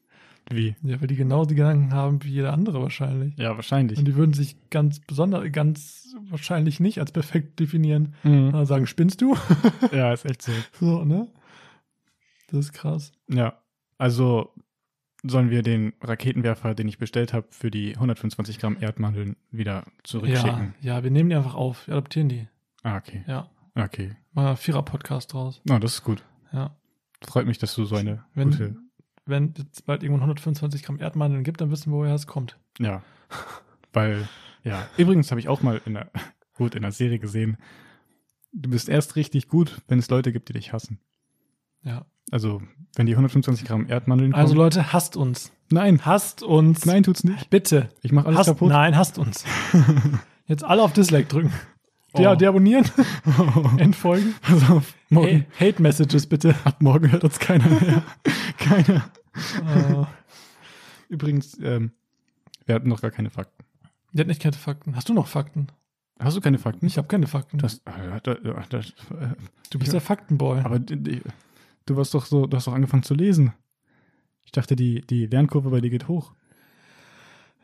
B: Wie?
A: Ja, weil die genau die Gedanken haben wie jeder andere wahrscheinlich.
B: Ja, wahrscheinlich.
A: Und die würden sich ganz besonders, ganz wahrscheinlich nicht als perfekt definieren.
B: Mhm.
A: Dann sagen, spinnst du?
B: Ja, ist echt so.
A: so, ne? Das ist krass.
B: Ja, also sollen wir den Raketenwerfer, den ich bestellt habe, für die 125 Gramm Erdmandeln wieder
A: Ja,
B: zurückschicken?
A: ja, wir nehmen die einfach auf. Wir adoptieren die.
B: Ah, okay.
A: Ja.
B: Okay.
A: Mal einen Vierer-Podcast draus.
B: Na, das ist gut.
A: Ja.
B: Freut mich, dass du so eine
A: Wenn,
B: gute.
A: wenn jetzt bald irgendwann 125 Gramm Erdmandeln gibt, dann wissen wir, woher es kommt.
B: Ja. Weil, ja. Übrigens habe ich auch mal in der, gut, in der Serie gesehen, du bist erst richtig gut, wenn es Leute gibt, die dich hassen.
A: Ja.
B: Also, wenn die 125 Gramm Erdmandeln kommen.
A: Also Leute, hasst uns.
B: nein,
A: Hasst uns.
B: nein, tut's nicht.
A: Bitte.
B: Ich mache alles
A: hasst,
B: kaputt.
A: Nein, hasst uns. Jetzt alle auf Dislike drücken.
B: Oh.
A: Ja, deabonnieren, entfolgen.
B: Pass auf, morgen,
A: Hey, Hate Messages bitte.
B: ab morgen hört uns keiner mehr. keiner.
A: äh,
B: Übrigens, ähm, wir hatten noch gar keine Fakten.
A: die hat nicht keine Fakten. Hast du noch Fakten?
B: Hast du keine Fakten?
A: Ich habe keine Fakten.
B: Hm? Das, äh, da, ja, das, äh,
A: du bist der Faktenboy.
B: aber d- d- du warst doch so, du hast doch angefangen zu lesen. Ich dachte, die, die Lernkurve bei dir geht hoch.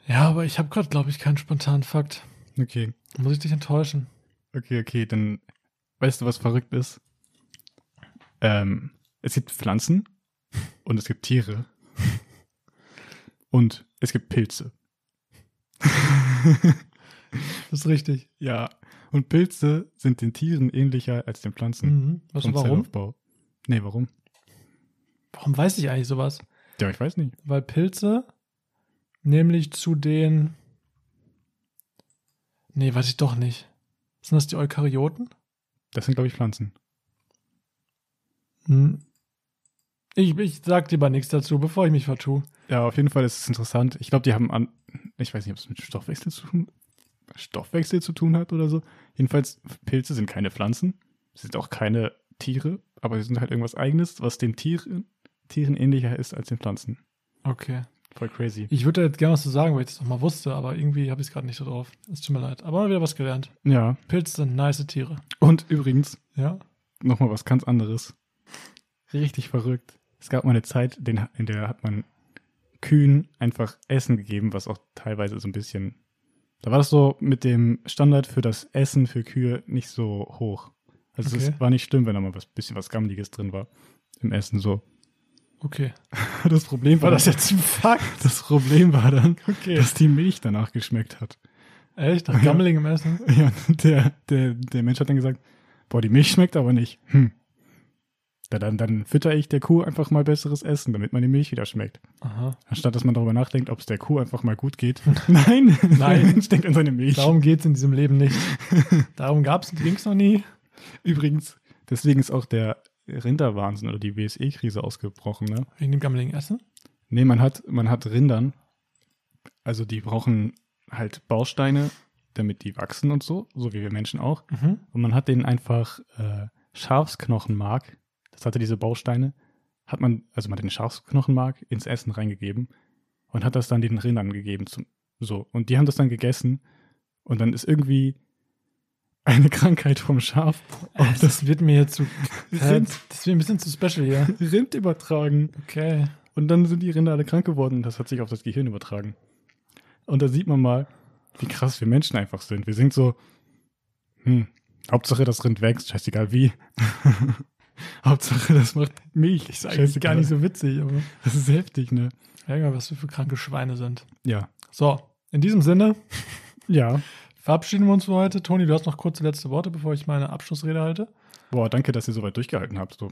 A: ja, aber ich habe gerade, glaube ich, keinen spontanen Fakt.
B: Okay.
A: Muss ich dich enttäuschen?
B: Okay, okay, dann weißt du, was verrückt ist? Ähm, es gibt Pflanzen und es gibt Tiere und es gibt Pilze.
A: Das ist richtig.
B: Ja, und Pilze sind den Tieren ähnlicher als den Pflanzen.
A: Mhm. Weißt du
B: vom
A: warum?
B: Zellaufbau. Nee, warum?
A: Warum weiß ich eigentlich sowas?
B: Ja, ich weiß nicht.
A: Weil Pilze nämlich zu den. Nee, weiß ich doch nicht. Sind das die Eukaryoten?
B: Das sind, glaube ich, Pflanzen.
A: Hm. Ich, ich sag lieber nichts dazu, bevor ich mich vertue.
B: Ja, auf jeden Fall ist es interessant. Ich glaube, die haben an. Ich weiß nicht, ob es mit Stoffwechsel zu tun, Stoffwechsel zu tun hat oder so. Jedenfalls, Pilze sind keine Pflanzen, sind auch keine Tiere, aber sie sind halt irgendwas eigenes, was den Tieren, Tieren ähnlicher ist als den Pflanzen.
A: Okay.
B: Voll crazy.
A: Ich würde da jetzt gerne was zu sagen, weil ich das noch mal wusste, aber irgendwie habe ich es gerade nicht so drauf. Es tut mir leid. Aber wieder was gelernt.
B: Ja.
A: Pilze sind nice Tiere.
B: Und übrigens,
A: Ja.
B: nochmal was ganz anderes. Richtig verrückt. Es gab mal eine Zeit, den- in der hat man Kühen einfach Essen gegeben, was auch teilweise so ein bisschen. Da war das so mit dem Standard für das Essen für Kühe nicht so hoch. Also
A: Okay.
B: es war nicht schlimm, wenn da mal was bisschen was Gammeliges drin war im Essen so.
A: Okay.
B: Das Problem war, dass
A: jetzt ein Fakt?
B: das Problem war dann,
A: Okay.
B: dass die Milch danach geschmeckt hat.
A: Echt? Nach Gammeling im Essen?
B: Ja, der, der, der Mensch hat dann gesagt, boah, die Milch schmeckt aber nicht. Hm. Ja, dann, dann fütter ich der Kuh einfach mal besseres Essen, damit man die Milch wieder schmeckt.
A: Aha.
B: Anstatt dass man darüber nachdenkt, ob es der Kuh einfach mal gut geht. Nein,
A: Nein.
B: der Mensch denkt an seine Milch.
A: Darum geht's in diesem Leben nicht. Darum gab's und ging's noch nie.
B: Übrigens, deswegen ist auch der Rinderwahnsinn oder die WSE-Krise ausgebrochen. Ne?
A: Wegen dem Gammeling Essen?
B: Nee, man hat, man hat Rindern. Also die brauchen halt Bausteine, damit die wachsen und so, so wie wir Menschen auch.
A: Mhm.
B: Und man hat denen einfach äh, Schafsknochenmark, das hatte diese Bausteine, hat man, also man hat den Schafsknochenmark ins Essen reingegeben und hat das dann den Rindern gegeben. Zum, so. Und die haben das dann gegessen und dann ist irgendwie eine Krankheit vom Schaf
A: Äh, Oh, Das, wird mir jetzt zu.
B: Rind,
A: das wird ein bisschen zu special hier.
B: Rind übertragen.
A: Okay.
B: Und dann sind die Rinder alle krank geworden und das hat sich auf das Gehirn übertragen. Und da sieht man mal, wie krass wir Menschen einfach sind. Wir sind so, hm, Hauptsache das Rind wächst, scheißegal wie. Hauptsache das macht Milch. Ich
A: Das ist gar nicht so witzig, aber.
B: Das ist heftig, ne?
A: Ja, was wir für kranke Schweine sind.
B: Ja.
A: So, in diesem Sinne
B: Ja.
A: verabschieden wir uns für heute. Toni, du hast noch kurze letzte Worte, bevor ich meine Abschlussrede halte.
B: Boah, danke, dass ihr so weit durchgehalten habt. So.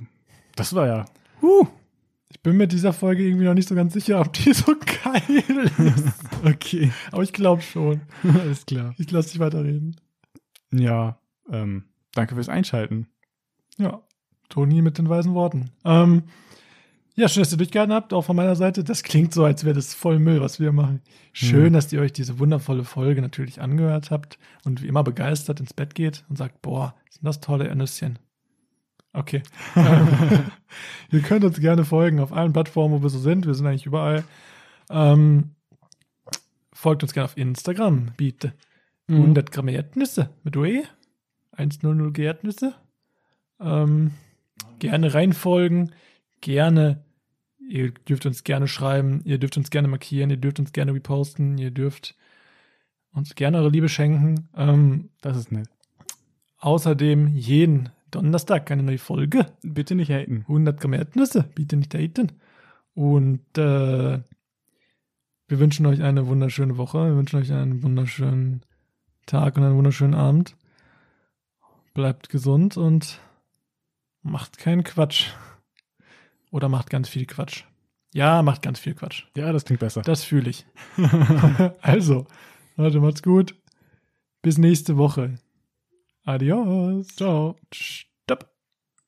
B: Das war ja.
A: Huh. Ich bin mir dieser Folge irgendwie noch nicht so ganz sicher, ob die so geil ist.
B: Okay.
A: Aber ich glaube schon.
B: Alles klar.
A: Ich lasse dich weiterreden.
B: Ja. Ähm, danke fürs Einschalten.
A: Ja, Toni mit den weisen Worten. Ähm, ja, schön, dass ihr durchgehalten habt, auch von meiner Seite. Das klingt so, als wäre das voll Müll, was wir machen. Schön,
B: Mhm.
A: dass ihr euch diese wundervolle Folge natürlich angehört habt und wie immer begeistert ins Bett geht und sagt, boah, sind das tolle Nüsschen. Okay. Ähm, ihr könnt uns gerne folgen auf allen Plattformen, wo wir so sind. Wir sind eigentlich überall. Ähm, folgt uns gerne auf Instagram, bitte.
B: Mhm.
A: 100 Gramm Erdnüsse mit UE. 100 Erdnüsse. Ähm, gerne reinfolgen. Gerne. Ihr dürft uns gerne schreiben. Ihr dürft uns gerne markieren. Ihr dürft uns gerne reposten. Ihr dürft uns gerne eure Liebe schenken. Ähm,
B: Das ist nett.
A: außerdem jeden Donnerstag eine neue Folge.
B: Bitte nicht haten.
A: 100 Gramm Erdnüsse. Bitte nicht daten. Und äh, wir wünschen euch eine wunderschöne Woche. Wir wünschen euch einen wunderschönen Tag und einen wunderschönen Abend. Bleibt gesund und macht keinen Quatsch. Oder macht ganz viel Quatsch. Ja, macht ganz viel Quatsch.
B: Ja, das klingt besser.
A: Das fühle ich. also, Leute, macht's gut. Bis nächste Woche. Adios. Ciao. Tsch.